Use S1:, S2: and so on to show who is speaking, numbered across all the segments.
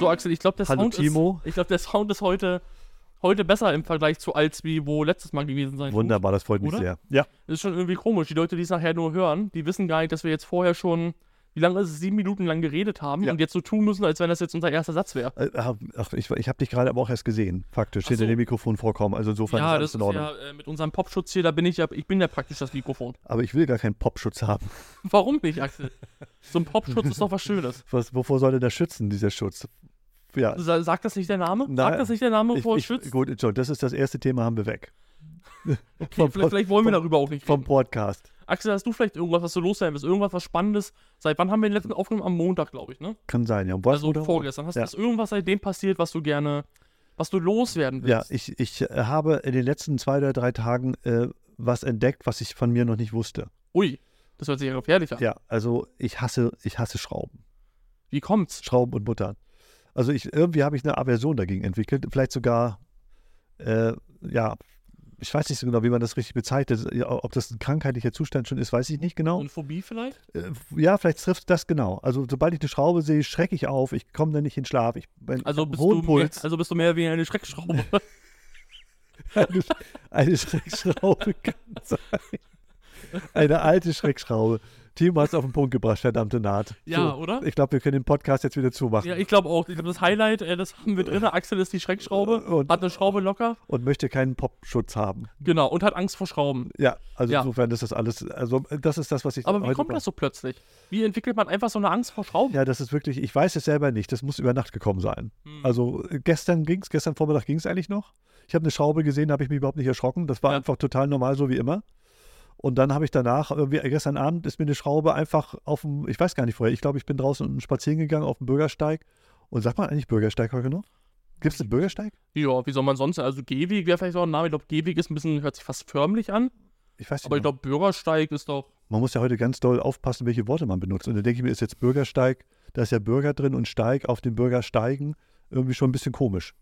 S1: So, Axel, ich glaube, der,
S2: Hallo,
S1: Sound ist-
S2: Timo.
S1: ich glaub, der Sound ist heute, heute besser im Vergleich zu als wie wo letztes Mal gewesen sein. tut.
S2: Wunderbar, das freut mich
S1: Oder?
S2: sehr. Ja,
S1: Das ist schon irgendwie komisch. Die Leute, die es nachher nur hören, die wissen gar nicht, dass wir jetzt vorher schon, wie lange ist es, sieben Minuten lang geredet haben
S2: Ja.
S1: und jetzt so tun müssen, als wenn das jetzt unser erster Satz wäre.
S2: Äh, hab- ach, ich, ich habe dich gerade aber auch erst gesehen, faktisch,
S1: Ach
S2: hinter
S1: so.
S2: dem Mikrofon vorkommen. Also insofern
S1: Ja,
S2: ist alles
S1: das ist
S2: in Ordnung.
S1: ja äh, mit unserem Popschutz hier, da bin ich ja, ich bin ja praktisch das Mikrofon.
S2: Aber ich will gar keinen Popschutz haben.
S1: Warum nicht, Axel? So ein Popschutz ist doch was Schönes.
S2: Was, wovor soll denn das schützen, dieser Schutz? Ja,
S1: Sa sagt das nicht der Name?
S2: Na,
S1: sagt das nicht der Name,
S2: ich,
S1: bevor es
S2: ich,
S1: schützt?
S2: gut, John, das ist das erste Thema, haben wir weg.
S1: Okay, vielleicht, vielleicht wollen wir
S2: vom-
S1: darüber auch nicht
S2: Vom
S1: reden.
S2: Podcast.
S1: Axel, hast du vielleicht irgendwas, was du loswerden willst? Irgendwas, was Spannendes? Seit wann haben wir den letzten aufgenommen? Am Montag, glaube ich, ne?
S2: Kann sein, ja. Was,
S1: also vorgestern. Hast
S2: Ja.
S1: du ist irgendwas seitdem passiert, was du gerne, was du loswerden
S2: Ja,
S1: willst?
S2: ich, ich äh, habe in den letzten zwei oder drei Tagen äh, was entdeckt, was ich von mir noch nicht wusste.
S1: Ui, das hört sich ja gefährlich an.
S2: Ja, also ich hasse, ich hasse Schrauben.
S1: Wie kommt's?
S2: Schrauben und Muttern. Also ich, irgendwie habe ich eine Aversion dagegen entwickelt. Vielleicht sogar, äh, ja, ich weiß nicht so genau, wie man das richtig bezeichnet. Ja, Ob das ein krankheitlicher Zustand schon ist, weiß ich nicht genau.
S1: Eine Phobie vielleicht?
S2: Äh, ja, vielleicht trifft das genau. Also sobald ich eine Schraube sehe, schrecke ich auf. Ich komme dann nicht in den Schlaf. Ich mein,
S1: Also
S2: hab einen
S1: bist,
S2: hohen
S1: du mehr,
S2: Puls.
S1: also bist du mehr wie eine Schreckschraube.
S2: Eine, eine Schreckschraube kann sein. Eine alte Schreckschraube. Timo hat es auf den Punkt gebracht, verdammte Naht.
S1: Ja, oder?
S2: Ich glaube, wir können den Podcast jetzt wieder zumachen.
S1: ja, ich glaube auch. Ich glaube, das Highlight, äh, das haben wir drin. Axel ist die Schreckschraube,
S2: Äh, Und-
S1: hat eine Schraube locker.
S2: Und möchte keinen Popschutz haben.
S1: Genau, und hat Angst vor Schrauben.
S2: Ja, also
S1: Ja.
S2: insofern ist das alles, also das ist das, was ich
S1: Aber wie
S2: heute
S1: kommt
S2: mache.
S1: das so plötzlich? Wie entwickelt man einfach so eine Angst vor Schrauben?
S2: Ja, das ist wirklich, ich weiß es selber nicht, das muss über Nacht gekommen sein.
S1: Hm.
S2: Also äh, gestern ging es, gestern Vormittag ging es eigentlich noch. Ich habe eine Schraube gesehen, da habe ich mich überhaupt nicht erschrocken. Das war
S1: Ja.
S2: einfach total normal, so wie immer. Und dann habe ich danach, irgendwie gestern Abend ist mir eine Schraube einfach auf dem, ich weiß gar nicht vorher, ich glaube, ich bin draußen spazieren gegangen auf dem Bürgersteig. Und sagt man eigentlich Bürgersteig heute noch? Gibt es einen Bürgersteig?
S1: Ja, wie soll man sonst? Also Gehweg wäre vielleicht auch ein Name. Ich glaube, Gehweg ist ein bisschen, hört sich fast förmlich an.
S2: Ich weiß nicht.
S1: Aber ich
S2: mehr.
S1: glaube, Bürgersteig ist doch.
S2: man muss ja heute ganz doll aufpassen, welche Worte man benutzt. Und dann denke ich mir, ist jetzt Bürgersteig, da ist ja Bürger drin und Steig auf den Bürger steigen, irgendwie schon ein bisschen komisch.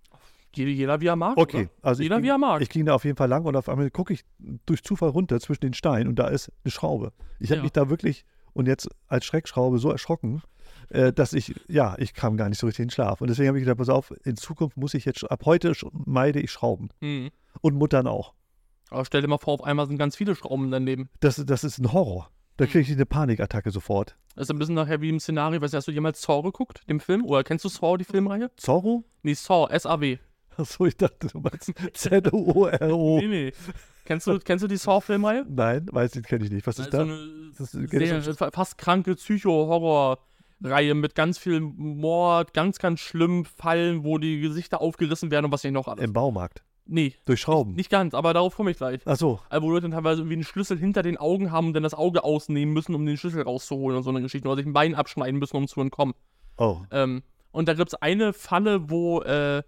S1: Jeder, jeder wie er mag.
S2: Okay,
S1: Oder?
S2: also ich
S1: jeder
S2: ging,
S1: wie er mag.
S2: ich ging da auf jeden Fall lang und auf einmal gucke ich durch Zufall runter zwischen den Steinen und da ist eine Schraube. Ich habe
S1: Ja.
S2: mich da wirklich und jetzt als Schreckschraube so erschrocken, äh, dass ich, ja, ich kam gar nicht so richtig in den Schlaf. Und deswegen habe ich gedacht, pass auf, in Zukunft muss ich jetzt, sch- ab heute sch- meide ich Schrauben
S1: Hm.
S2: und Muttern auch.
S1: Aber stell dir mal vor, auf einmal sind ganz viele Schrauben daneben.
S2: Das, das ist ein Horror. Da
S1: Hm.
S2: kriege ich eine Panikattacke sofort.
S1: Das ist ein bisschen nachher wie im Szenario, weißt du, hast du jemals Saw geguckt, dem Film? Oder kennst du Saw, die Filmreihe?
S2: Zorro?
S1: Nee, Saw, S-A-W.
S2: Achso, ich dachte, du meinst Z-O-R-O.
S1: Nee, nee. Kennst du, kennst du die Saw-Filmreihe?
S2: Nein, weiß ich, kenne ich nicht. Was ist
S1: so
S2: da?
S1: eine
S2: Das ist-
S1: sehr, fast kranke Psycho-Horror-Reihe mit ganz viel Mord, ganz, ganz schlimm Fallen, wo die Gesichter aufgerissen werden und was nicht noch alles.
S2: Im Baumarkt.
S1: nee,
S2: Durch Schrauben.
S1: nicht ganz, aber darauf komme ich gleich.
S2: Achso,
S1: Also, wo Leute dann teilweise irgendwie einen Schlüssel hinter den Augen haben und dann das Auge ausnehmen müssen, um den Schlüssel rauszuholen und so eine Geschichte. Oder sich ein Bein abschneiden müssen, um zu entkommen.
S2: oh,
S1: Ähm, und da gibt es eine Falle, wo äh,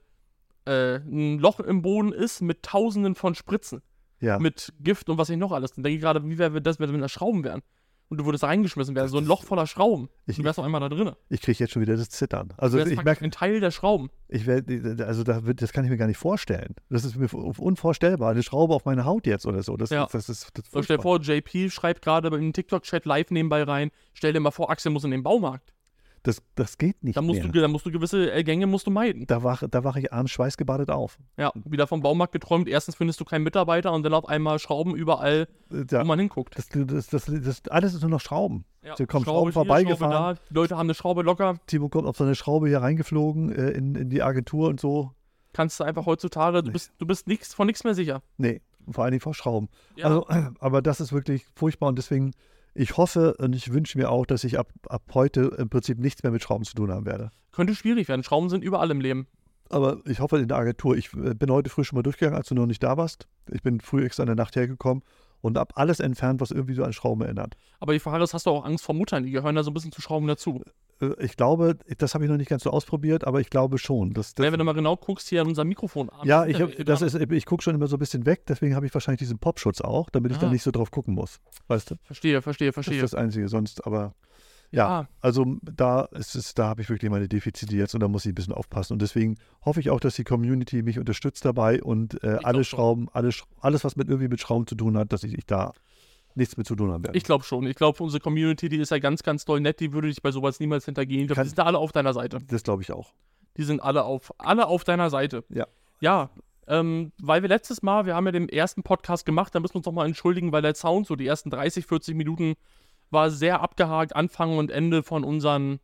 S1: äh, ein Loch im Boden ist mit tausenden von Spritzen,
S2: ja.
S1: mit Gift und was nicht noch alles. Dann denke ich gerade, wie wäre das, wenn das mit einer Schrauben wären? Und du würdest reingeschmissen werden, so ein Loch voller Schrauben.
S2: Ich-
S1: du wärst auf einmal da drin.
S2: Ich kriege jetzt schon wieder das Zittern. Also
S1: Du wärst
S2: ich
S1: praktisch
S2: merke,
S1: ein Teil der Schrauben.
S2: ich werde, also da wird, das kann ich mir gar nicht vorstellen. Das ist mir unvorstellbar. Eine Schraube auf meine Haut jetzt oder so. Das,
S1: Ja.
S2: das ist das ist
S1: So, stell dir
S2: furchtbar.
S1: vor, JP schreibt gerade im TikTok-Chat live nebenbei rein, stell dir mal vor, Axel muss in den Baumarkt.
S2: Das, das geht nicht
S1: Da musst,
S2: mehr.
S1: du, da musst du gewisse äh, Gänge musst du meiden.
S2: da wache da wach ich abends schweißgebadet auf.
S1: Ja, wieder vom Baumarkt geträumt. Erstens findest du keinen Mitarbeiter und dann auf einmal Schrauben überall,
S2: Äh, Da,
S1: wo man hinguckt.
S2: das, das, das, das, alles ist nur noch Schrauben.
S1: Ja,
S2: So, komm, Schrauben
S1: hier,
S2: vorbeigefahren.
S1: Schraube da. Die Leute haben eine Schraube locker.
S2: Timo kommt auf so eine Schraube hier reingeflogen äh, in, in die Agentur und so.
S1: Kannst du einfach heutzutage, du bist, du bist nix, von nichts mehr sicher.
S2: Nee, vor allen Dingen vor Schrauben.
S1: Ja.
S2: Also, aber das ist wirklich furchtbar und deswegen, ich hoffe und ich wünsche mir auch, dass ich ab, ab heute im Prinzip nichts mehr mit Schrauben zu tun haben werde.
S1: Könnte schwierig werden. Schrauben sind überall im Leben.
S2: Aber ich hoffe in der Agentur. Ich äh, bin heute früh schon mal durchgegangen, als du noch nicht da warst. Ich bin früh extra in der Nacht hergekommen und habe alles entfernt, was irgendwie so an Schrauben erinnert.
S1: Aber die Frage ist, hast du auch Angst vor Muttern? Die gehören da so ein bisschen zu Schrauben dazu.
S2: Äh, Ich glaube, das habe ich noch nicht ganz so ausprobiert, aber ich glaube schon. Dass, dass,
S1: Wenn, wenn du mal genau guckst, hier an unserem Mikrofon. Ah,
S2: ja,
S1: das
S2: ich,
S1: sind
S2: hab-
S1: welche
S2: das
S1: dran.
S2: ist, ich gucke schon immer so ein bisschen weg, deswegen habe ich wahrscheinlich diesen Popschutz auch, damit ich da
S1: Ah.
S2: nicht so drauf gucken muss. Weißt du?
S1: Verstehe, verstehe,
S2: Das ist
S1: verstehe.
S2: das Einzige sonst, aber ja,
S1: Ah,
S2: also da ist es, da habe ich wirklich meine Defizite jetzt und da muss ich ein bisschen aufpassen. Und deswegen hoffe ich auch, dass die Community mich unterstützt dabei und äh,
S1: Ich
S2: alle
S1: glaub schon.
S2: Schrauben, alle, Sch- alles, was mit irgendwie mit Schrauben zu tun hat, dass ich, ich da nichts mit zu tun haben werden.
S1: Ich glaube schon. Ich glaube, unsere Community, die ist ja ganz, ganz doll nett. Die würde dich bei sowas niemals hintergehen. Ich glaub,
S2: Kann-
S1: die sind da alle auf deiner Seite.
S2: das glaube ich auch.
S1: Die sind alle auf, alle auf deiner Seite.
S2: Ja.
S1: Ja. Ähm, weil wir letztes Mal, wir haben ja den ersten Podcast gemacht, da müssen wir uns nochmal entschuldigen, weil der Sound so die ersten 30, 40 Minuten war sehr abgehakt, Anfang und Ende von unseren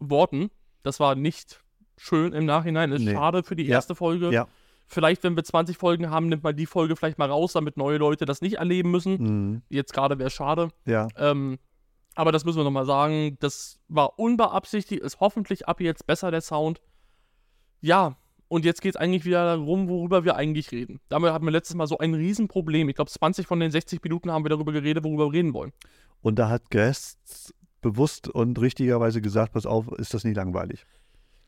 S1: Worten. Das war nicht schön im Nachhinein. Ist
S2: Nee.
S1: schade für die
S2: Ja.
S1: erste Folge.
S2: Ja.
S1: Vielleicht, wenn wir 20 Folgen haben, nimmt man die Folge vielleicht mal raus, damit neue Leute das nicht erleben müssen.
S2: Mhm.
S1: Jetzt gerade wäre schade.
S2: Ja.
S1: Ähm, aber das müssen wir nochmal sagen. Das war unbeabsichtigt, ist hoffentlich ab jetzt besser der Sound. Ja, und jetzt geht es eigentlich wieder darum, worüber wir eigentlich reden. Damit hatten wir letztes Mal so ein Riesenproblem. Ich glaube, 20 von den 60 Minuten haben wir darüber geredet, worüber wir reden wollen.
S2: Und da hat Guests bewusst und richtigerweise gesagt, pass auf, ist das nicht langweilig.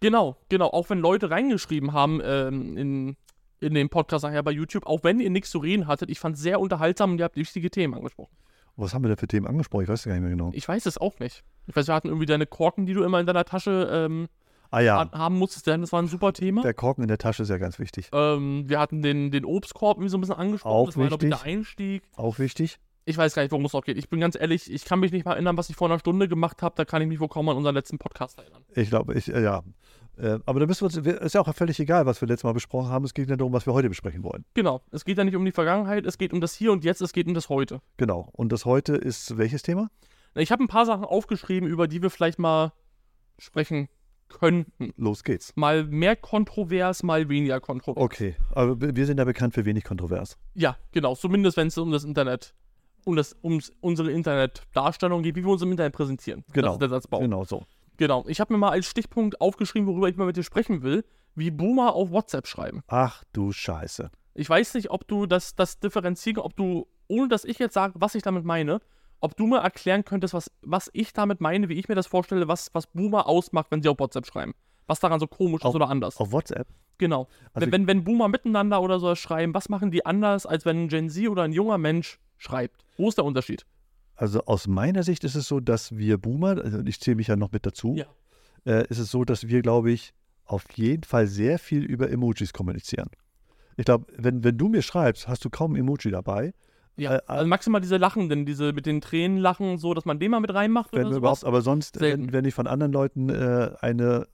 S1: Genau, genau. Auch wenn Leute reingeschrieben haben ähm, in, in den Podcast nachher bei YouTube, auch wenn ihr nichts zu reden hattet, ich fand es sehr unterhaltsam und ihr habt wichtige Themen angesprochen.
S2: Was haben wir da für Themen angesprochen? Ich weiß gar nicht mehr genau.
S1: Ich weiß es auch nicht. Ich weiß, wir hatten irgendwie deine Korken, die du immer in deiner Tasche ähm,
S2: Ah ja,
S1: ha- haben musstest, denn das war ein super Thema.
S2: der Korken in der Tasche ist ja ganz wichtig.
S1: Ähm, wir hatten den, den Obstkorb irgendwie so ein bisschen angesprochen.
S2: Auch
S1: das war, glaube ich, der
S2: wichtig.
S1: Einstieg.
S2: Auch wichtig.
S1: Ich weiß gar nicht, worum es noch geht. Ich bin ganz ehrlich, ich kann mich nicht mal erinnern, was ich vor einer Stunde gemacht habe. Da kann ich mich wohl kaum an unseren letzten Podcast erinnern.
S2: Ich glaube, ich, äh, ja. Äh, aber da müssen wir uns, wir- ist ja auch völlig egal, was wir letztes Mal besprochen haben. Es geht ja darum, was wir heute besprechen wollen.
S1: Genau. Es geht ja nicht um die Vergangenheit, es geht um das Hier und Jetzt, es geht um das Heute.
S2: Genau. Und das heute ist welches Thema?
S1: Ich habe ein paar Sachen aufgeschrieben, über die wir vielleicht mal sprechen könnten.
S2: Los geht's.
S1: Mal mehr kontrovers, mal weniger kontrovers.
S2: Okay. Aber wir wir sind ja bekannt für wenig kontrovers.
S1: Ja, genau. Zumindest, wenn es um das Internet, um, das, um unsere Internetdarstellung geht, wie wir uns im Internet präsentieren.
S2: Genau.
S1: Das ist der Satzbau.
S2: Genau so.
S1: Genau. Ich habe mir mal als Stichpunkt aufgeschrieben, worüber ich mal mit dir sprechen will, wie Boomer auf WhatsApp schreiben.
S2: Ach du Scheiße.
S1: Ich weiß nicht, ob du das, das differenzieren, ob du, ohne dass ich jetzt sage, was ich damit meine, ob du mir erklären könntest, was, was ich damit meine, wie ich mir das vorstelle, was, was Boomer ausmacht, wenn sie auf WhatsApp schreiben. Was daran so komisch
S2: Auf-
S1: ist oder anders.
S2: Auf WhatsApp?
S1: genau.
S2: Also
S1: wenn, wenn, wenn Boomer miteinander oder so schreiben, was machen die anders, als wenn ein Gen Z oder ein junger Mensch schreibt? Wo ist der Unterschied?
S2: Also aus meiner Sicht ist es so, dass wir Boomer, also ich zähle mich ja noch mit dazu,
S1: Ja.
S2: äh, ist es so, dass wir, glaube ich, auf jeden Fall sehr viel über Emojis kommunizieren. Ich glaube, wenn, wenn du mir schreibst, hast du kaum ein Emoji dabei.
S1: Ja.
S2: Äh, äh,
S1: also maximal diese Lachenden, diese mit den Tränen lachen, so, dass man den mal mit reinmacht
S2: Wenn
S1: oder sowas.
S2: überhaupt, aber sonst,
S1: Selten.
S2: wenn, wenn ich von anderen Leuten äh, eine,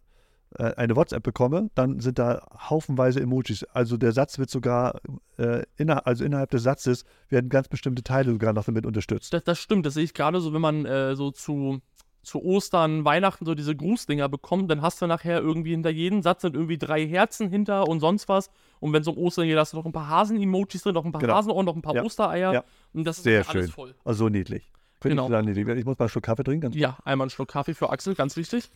S2: äh, eine WhatsApp bekomme, dann sind da haufenweise Emojis. Also der Satz wird sogar, äh, inner, also innerhalb des Satzes werden ganz bestimmte Teile sogar noch damit unterstützt.
S1: Das, das stimmt, das sehe ich gerade so, wenn man äh, so zu, zu Ostern, Weihnachten so diese Grußdinger bekommt, dann hast du nachher irgendwie hinter jedem Satz sind irgendwie drei Herzen hinter und sonst was. Und wenn es um Ostern geht, hast du noch ein paar Hasen-Emojis drin, noch ein paar
S2: Genau.
S1: Hasenohren, noch ein paar
S2: Ja.
S1: Ostereier.
S2: Ja.
S1: Und das ist
S2: Sehr
S1: alles
S2: schön.
S1: voll.
S2: Also so niedlich. Finde
S1: Genau.
S2: ich total niedlich. Ich muss mal einen Schluck Kaffee trinken.
S1: Ja, einmal einen Schluck Kaffee für Axel, ganz wichtig.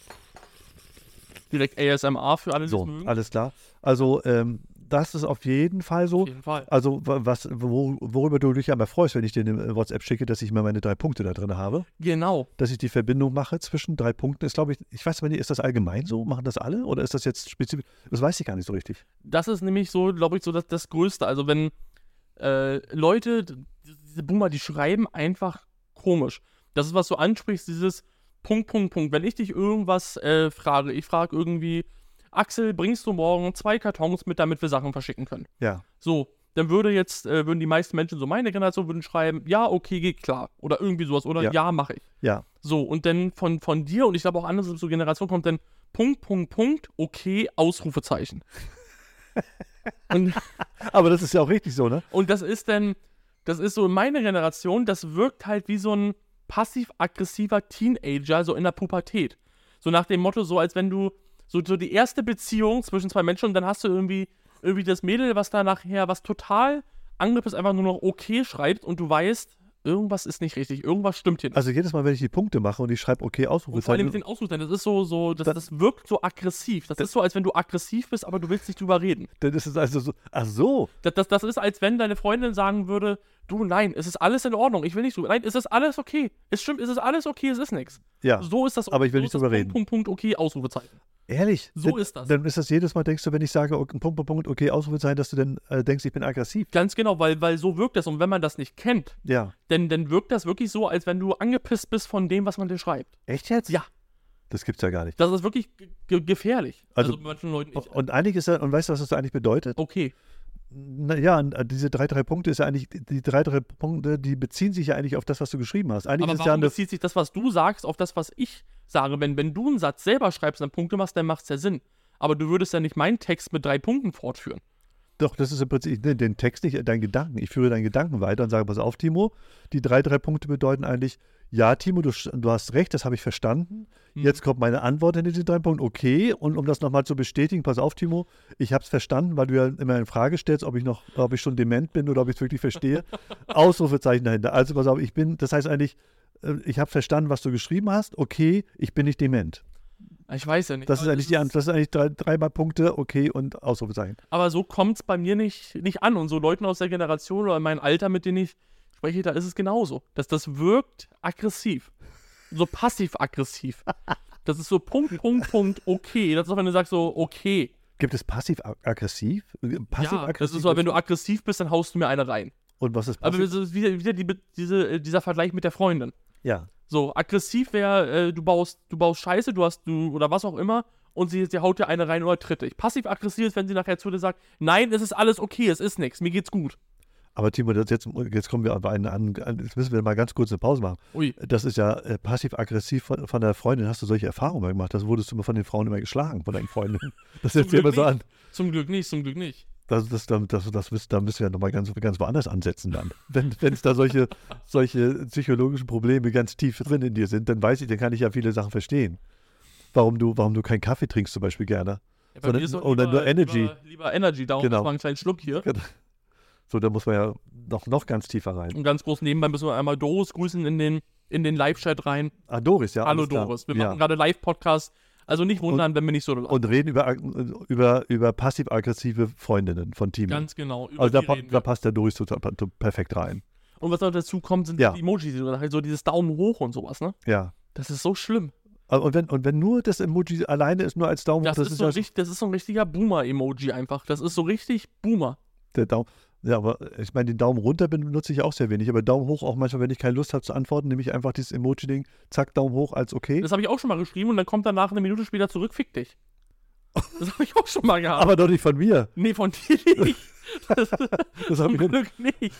S1: Direkt ASMR für alle, die es
S2: So,
S1: mögen.
S2: alles klar. Also ähm, das ist auf jeden Fall so.
S1: Auf jeden Fall.
S2: Also wa- was, wo, worüber du dich ja mal freust, wenn ich dir eine WhatsApp schicke, dass ich mal meine drei Punkte da drin habe,
S1: Genau.
S2: dass ich die Verbindung mache zwischen drei Punkten, ist glaube ich, ich weiß aber nicht, ist das allgemein so? Machen das alle oder ist das jetzt spezifisch? Das weiß ich gar nicht so richtig.
S1: das ist nämlich so, glaube ich, so das, das Größte. Also wenn äh, Leute, d- diese Boomer, die schreiben einfach komisch. Das ist, was du ansprichst, dieses Punkt, Punkt, Punkt. Wenn ich dich irgendwas äh, frage, ich frage irgendwie, Axel, bringst du morgen zwei Kartons mit, damit wir Sachen verschicken können?
S2: Ja,
S1: So, dann würde jetzt, äh, würden die meisten Menschen, so meine Generation, würden schreiben, ja, okay, geht klar. Oder irgendwie sowas. Oder ja,
S2: Ja.
S1: mache ich.
S2: ja,
S1: So, und dann von, von dir und ich glaube auch anders zur Generation kommt dann Punkt, Punkt, Punkt, okay, Ausrufezeichen. und,
S2: aber das ist ja auch richtig so, ne?
S1: und das ist dann, das ist so in meiner Generation, das wirkt halt wie so ein passiv-aggressiver Teenager, so in der Pubertät. So nach dem Motto, so als wenn du so, so die erste Beziehung zwischen zwei Menschen und dann hast du irgendwie, irgendwie das Mädel, was da nachher, was total angepisst einfach nur noch okay schreibt und du weißt, irgendwas ist nicht richtig, irgendwas stimmt hier nicht.
S2: Also jedes Mal, wenn ich die Punkte mache und ich schreibe okay
S1: Und vor allem mit
S2: Ausrufezeichen,
S1: den Ausrufezeichen, das ist so, so das,
S2: Das-
S1: das wirkt so aggressiv. Das, ist so, als wenn du aggressiv bist, aber du willst nicht drüber reden.
S2: dann ist es also so, ach so,
S1: Das, das, das ist, als wenn deine Freundin sagen würde, du, nein, es ist alles in Ordnung, ich will nicht drüber. Nein, es ist alles okay. Es stimmt, es ist alles okay, es ist nichts.
S2: ja,
S1: So ist das.
S2: Aber ich will
S1: so ist
S2: nicht
S1: das
S2: drüber
S1: Punkt,
S2: reden.
S1: Punkt, Punkt, okay, Ausrufezeichen.
S2: ehrlich.
S1: So
S2: dann,
S1: ist das.
S2: Dann ist das jedes Mal, denkst du, wenn ich sage okay, Punkt, Punkt, Punkt, okay Ausrufezeichen, dass du dann äh, denkst, ich bin aggressiv.
S1: Ganz genau, weil, weil so wirkt das. Und wenn man das nicht kennt,
S2: Ja.
S1: dann, dann wirkt das wirklich so, als wenn du angepisst bist von dem, was man dir schreibt.
S2: Echt jetzt?
S1: Ja.
S2: Das gibt's ja gar nicht.
S1: Das ist wirklich ge- ge gefährlich.
S2: Also-
S1: bei manchen Leuten. Ich,
S2: äh, Und eigentlich ist ja, und weißt du, was das eigentlich bedeutet?
S1: okay.
S2: naja, diese drei, drei Punkte ist ja eigentlich, die drei, drei Punkte, die beziehen sich ja eigentlich auf das, was du geschrieben hast. Eigentlich
S1: Aber
S2: ist es
S1: warum
S2: ja eine,
S1: bezieht sich das, was du sagst, auf das, was ich sage? Wenn, wenn du einen Satz selber schreibst und dann Punkte machst, dann macht es ja Sinn. Aber du würdest ja nicht meinen Text mit drei Punkten fortführen.
S2: doch, das ist im Prinzip ne, den Text nicht, dein Gedanken. Ich führe deinen Gedanken weiter und sage, pass auf, Timo, die drei, drei Punkte bedeuten eigentlich, ja, Timo, du, sch- du hast recht, das habe ich verstanden.
S1: Hm.
S2: Jetzt kommt meine Antwort hinter die drei Punkte, okay. Und um das nochmal zu bestätigen, pass auf, Timo, ich habe es verstanden, weil du ja immer in Frage stellst, ob ich noch, ob ich schon dement bin oder ob ich es wirklich verstehe. Ausrufezeichen dahinter. Also pass auf, ich bin, das heißt eigentlich, äh, ich habe verstanden, was du geschrieben hast, okay, ich bin nicht dement.
S1: Ich weiß ja nicht.
S2: Das ist
S1: aber
S2: eigentlich die Antwort. Das ist eigentlich drei, dreimal Punkte, okay und Ausrufezeichen.
S1: Aber so kommt es bei mir nicht, nicht an. Und so Leuten aus der Generation oder in meinem Alter, mit denen ich spreche, da ist es genauso. Dass das wirkt aggressiv. So passiv-aggressiv. Das ist so Punkt, Punkt, Punkt, okay. Das ist auch, wenn du sagst so, okay.
S2: Gibt es passiv-aggressiv?
S1: ja, das ist
S2: Passiv-aggressiv
S1: so, wenn du aggressiv bist, dann haust du mir eine rein.
S2: und was ist
S1: Aber
S2: passiv?
S1: das ist wieder, wieder die, Be- diese, äh, dieser Vergleich mit der Freundin.
S2: Ja.
S1: So, aggressiv wäre, äh, du baust, du baust Scheiße, du hast du oder was auch immer und sie, sie haut dir eine rein oder tritt dich. Passiv-aggressiv ist, wenn sie nachher zu dir sagt, nein, es ist alles okay, es ist nichts, mir geht's gut.
S2: Aber Timo, das jetzt, jetzt kommen wir aber einen an, an- jetzt müssen wir mal ganz kurz eine Pause machen.
S1: Ui.
S2: Das ist ja äh, passiv-aggressiv von, von der Freundin. Hast du solche Erfahrungen mal gemacht? Das wurdest du immer von den Frauen immer geschlagen, von deinen Freundinnen. Das setzt dir immer so
S1: Glück
S2: an.
S1: Zum Glück nicht, zum Glück nicht.
S2: Das, das, das, das, das, müssen- da müssen wir nochmal ganz, ganz woanders ansetzen dann. Wenn wenn es da solche, solche psychologischen Probleme ganz tief drin in dir sind, dann weiß ich, dann kann ich ja viele Sachen verstehen. Warum du, warum du keinen Kaffee trinkst zum Beispiel gerne.
S1: Ja,
S2: Sondern-
S1: doch
S2: oder
S1: lieber-
S2: oh, nur Energy.
S1: Lieber, lieber Energy, darum
S2: Genau.
S1: genau. mal einen kleinen Schluck hier.
S2: So, da muss man ja noch, noch ganz tiefer rein.
S1: Und ganz groß nebenbei müssen wir einmal Doris grüßen in den, in den Live-Chat rein.
S2: Ah, Doris, ja.
S1: Hallo
S2: alles klar.
S1: Doris, wir
S2: ja.
S1: machen gerade Live-Podcast. Also nicht wundern, wenn wir nicht so
S2: Und reden über, ag- über, über passiv-aggressive Freundinnen von Team.
S1: ganz genau über
S2: also da,
S1: die
S2: pa-
S1: reden
S2: da
S1: wir.
S2: passt der Doris total, pa- perfekt rein.
S1: Und was noch dazu kommt, sind
S2: Ja.
S1: die Emojis, die du sagst, so dieses Daumen hoch und sowas, ne?
S2: Ja.
S1: Das ist so schlimm.
S2: Ah, Und wenn, und wenn nur das Emoji alleine ist, nur als Daumen,
S1: Das,
S2: hoch,
S1: ist, so
S2: ja
S1: ein richtig, das ist so ein richtiger Boomer-Emoji einfach. Das ist so richtig Boomer.
S2: Der Daumen. Ja, aber ich meine, den Daumen runter benutze ich auch sehr wenig, aber Daumen hoch auch manchmal, wenn ich keine Lust habe zu antworten, nehme ich einfach dieses Emoji-Ding, zack, Daumen hoch als okay.
S1: Das habe ich auch schon mal geschrieben und dann kommt danach eine Minute später zurück, fick dich. Das habe ich auch schon mal gehabt.
S2: aber doch nicht von mir.
S1: nee, von dir nicht. Das,
S2: Das
S1: Zum
S2: habe ich nicht.
S1: Glück nicht.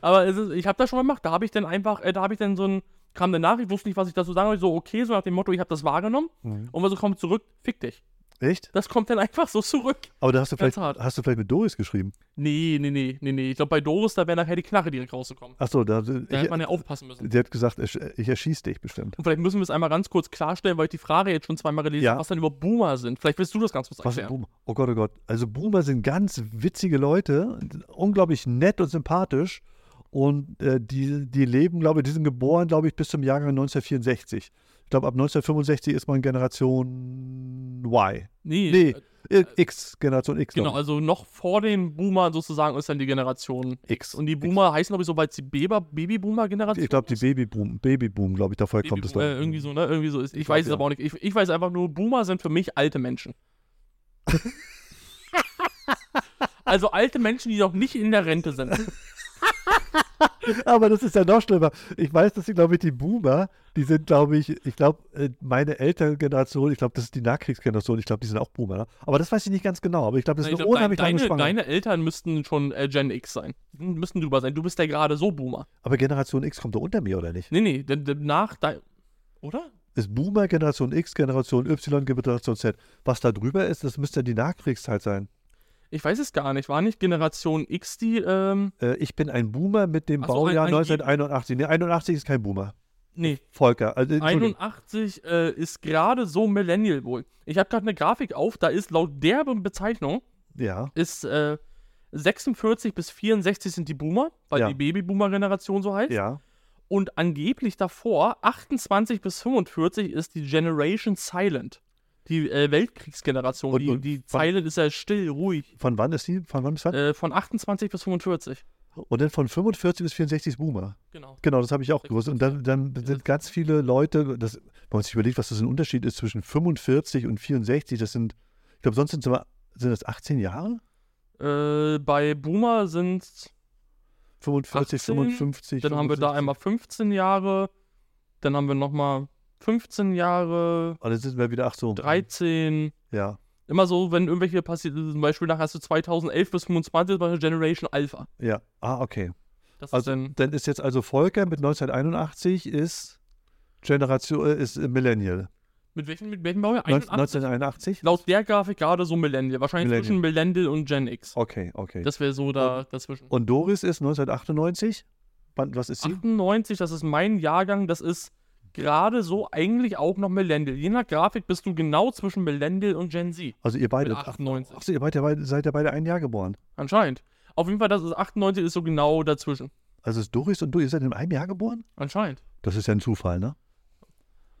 S1: Aber es ist, ich habe das schon mal gemacht. Da habe ich dann einfach, äh, da habe ich dann so ein, kam eine Nachricht, wusste nicht, was ich dazu sagen wollte. So, okay, so nach dem Motto, ich habe das wahrgenommen.
S2: Mhm.
S1: Und was so kommt zurück, fick dich.
S2: Echt?
S1: Das kommt dann einfach so zurück.
S2: Aber da hast du
S1: Ganz
S2: vielleicht,
S1: hart.
S2: hast du vielleicht mit Doris geschrieben.
S1: Nee, nee, nee, nee, nee. Ich glaube, bei Doris, da wäre nachher die Knarre direkt rausgekommen.
S2: Achso, da, ich,
S1: Da hätte man ja aufpassen müssen.
S2: sie hat gesagt, ich, ich erschieß dich bestimmt.
S1: Und vielleicht müssen wir es einmal ganz kurz klarstellen, weil ich die Frage jetzt schon zweimal gelesen
S2: Ja.
S1: habe, was denn überhaupt Boomer sind. Vielleicht willst du das ganz kurz
S2: Was ein
S1: erklären.
S2: Boomer? Oh Gott, oh Gott. Also Boomer sind ganz witzige Leute, unglaublich nett und sympathisch. Und äh, die, die leben, glaube ich, die sind geboren, glaube ich, bis zum Jahrgang 1964. Ich glaube, ab 1965 ist man Generation Y.
S1: Nee,
S2: Nee,
S1: äh,
S2: äh, X, Generation X.
S1: genau.
S2: glaub
S1: Also noch vor den Boomern sozusagen ist dann die Generation
S2: ich. X.
S1: Und die Boomer heißen, glaube ich, so bald die Beber- Baby-Boomer-Generation.
S2: ich glaube, die Babyboom, Babyboom, glaube ich, davor kommt es
S1: Baby- äh,
S2: dann.
S1: irgendwie so, ne? Irgendwie so ist. Ich,
S2: Ich
S1: weiß
S2: glaub,
S1: es
S2: ja.
S1: aber auch nicht. Ich, ich weiß einfach nur, Boomer sind für mich alte Menschen. also alte Menschen, die noch nicht in der Rente sind.
S2: Aber das ist ja noch schlimmer. Ich weiß, dass sie, glaube ich, die Boomer, die sind, glaube ich, ich glaube, äh, meine Elterngeneration, ich glaube, das ist die Nachkriegsgeneration, ich glaube, die sind auch Boomer. Ne? Aber das weiß ich nicht ganz genau. Aber ich glaube, das
S1: Ich
S2: ist eine
S1: glaub, dein-
S2: unheimlich lange
S1: deine,
S2: Spanne.
S1: deine Eltern müssten schon äh, Gen X sein. Die Müssten drüber sein. Du bist ja gerade so Boomer.
S2: Aber Generation X kommt da unter mir, oder nicht?
S1: Nee, nee, de- de- nach dein. Oder?
S2: Ist Boomer Generation X, Generation Y, Generation Z. Was da drüber ist, das müsste ja die Nachkriegszeit sein.
S1: Ich weiß es gar nicht. War nicht Generation X die. Ähm,
S2: Äh, ich bin ein Boomer mit dem
S1: Ach so,
S2: Baujahr
S1: ein- ein-
S2: 1981. Nee, 81 ist kein Boomer.
S1: nee,
S2: Volker. Also, Entschuldigung.
S1: 81 äh, ist gerade so Millennial wohl. Ich habe gerade eine Grafik auf, da ist laut der Be- Bezeichnung
S2: ja.
S1: ist äh, 46 bis 64 sind die Boomer, weil
S2: Ja.
S1: die Babyboomer-Generation so heißt.
S2: Ja.
S1: Und angeblich davor, 28 bis 45, ist die Generation Silent. Die äh, Weltkriegsgeneration.
S2: Und-
S1: die,
S2: und
S1: die
S2: wann-
S1: Silent ist ja still, ruhig.
S2: Von wann ist die? Von wann bis wann?
S1: Äh, von 28 bis 45.
S2: Und dann von 45 bis 64 ist Boomer.
S1: Genau.
S2: Genau, das habe ich auch gewusst. Und dann, dann sind ganz viele Leute, das, wenn man sich überlegt, was das für ein Unterschied ist zwischen 45 und 64, das sind, ich glaube, sonst sind es immer, sind das 18 Jahre?
S1: Äh, bei Boomer sind,
S2: 45,
S1: 18,
S2: 55.
S1: dann haben wir da
S2: 65.
S1: einmal 15 Jahre, dann haben wir nochmal 15 Jahre,
S2: Ah, dann sind wir wieder, ach so.
S1: 13,
S2: Ja.
S1: Immer so, wenn irgendwelche passiert, zum Beispiel nach hast du 2011 bis 25 war eine Generation Alpha.
S2: Ja. Ah, okay.
S1: Das
S2: Also-
S1: ist dann
S2: Dann ist jetzt also Volker mit 1981 ist Generation, äh, ist Millennial.
S1: mit welchen, mit welchen Baujahr?
S2: 19-
S1: 81?
S2: 1981?
S1: Laut der Grafik gerade so Millennial. Wahrscheinlich
S2: Millennial.
S1: zwischen Millennial und Gen X.
S2: Okay, okay.
S1: Das wäre so da dazwischen.
S2: Und Doris ist 1998? Wann, was ist sie?
S1: 98, das ist mein Jahrgang, das ist gerade so eigentlich auch noch Millennial. Je nach Grafik bist du genau zwischen Millennial und Gen Z.
S2: also ihr beide.
S1: Mit 98.
S2: Achso, ihr beide, beide seid ja beide ein Jahr geboren.
S1: Anscheinend. Auf jeden Fall, das ist 98 ist so genau dazwischen.
S2: Also ist Doris und du, ihr seid in einem Jahr geboren?
S1: Anscheinend.
S2: Das ist ja ein Zufall, ne?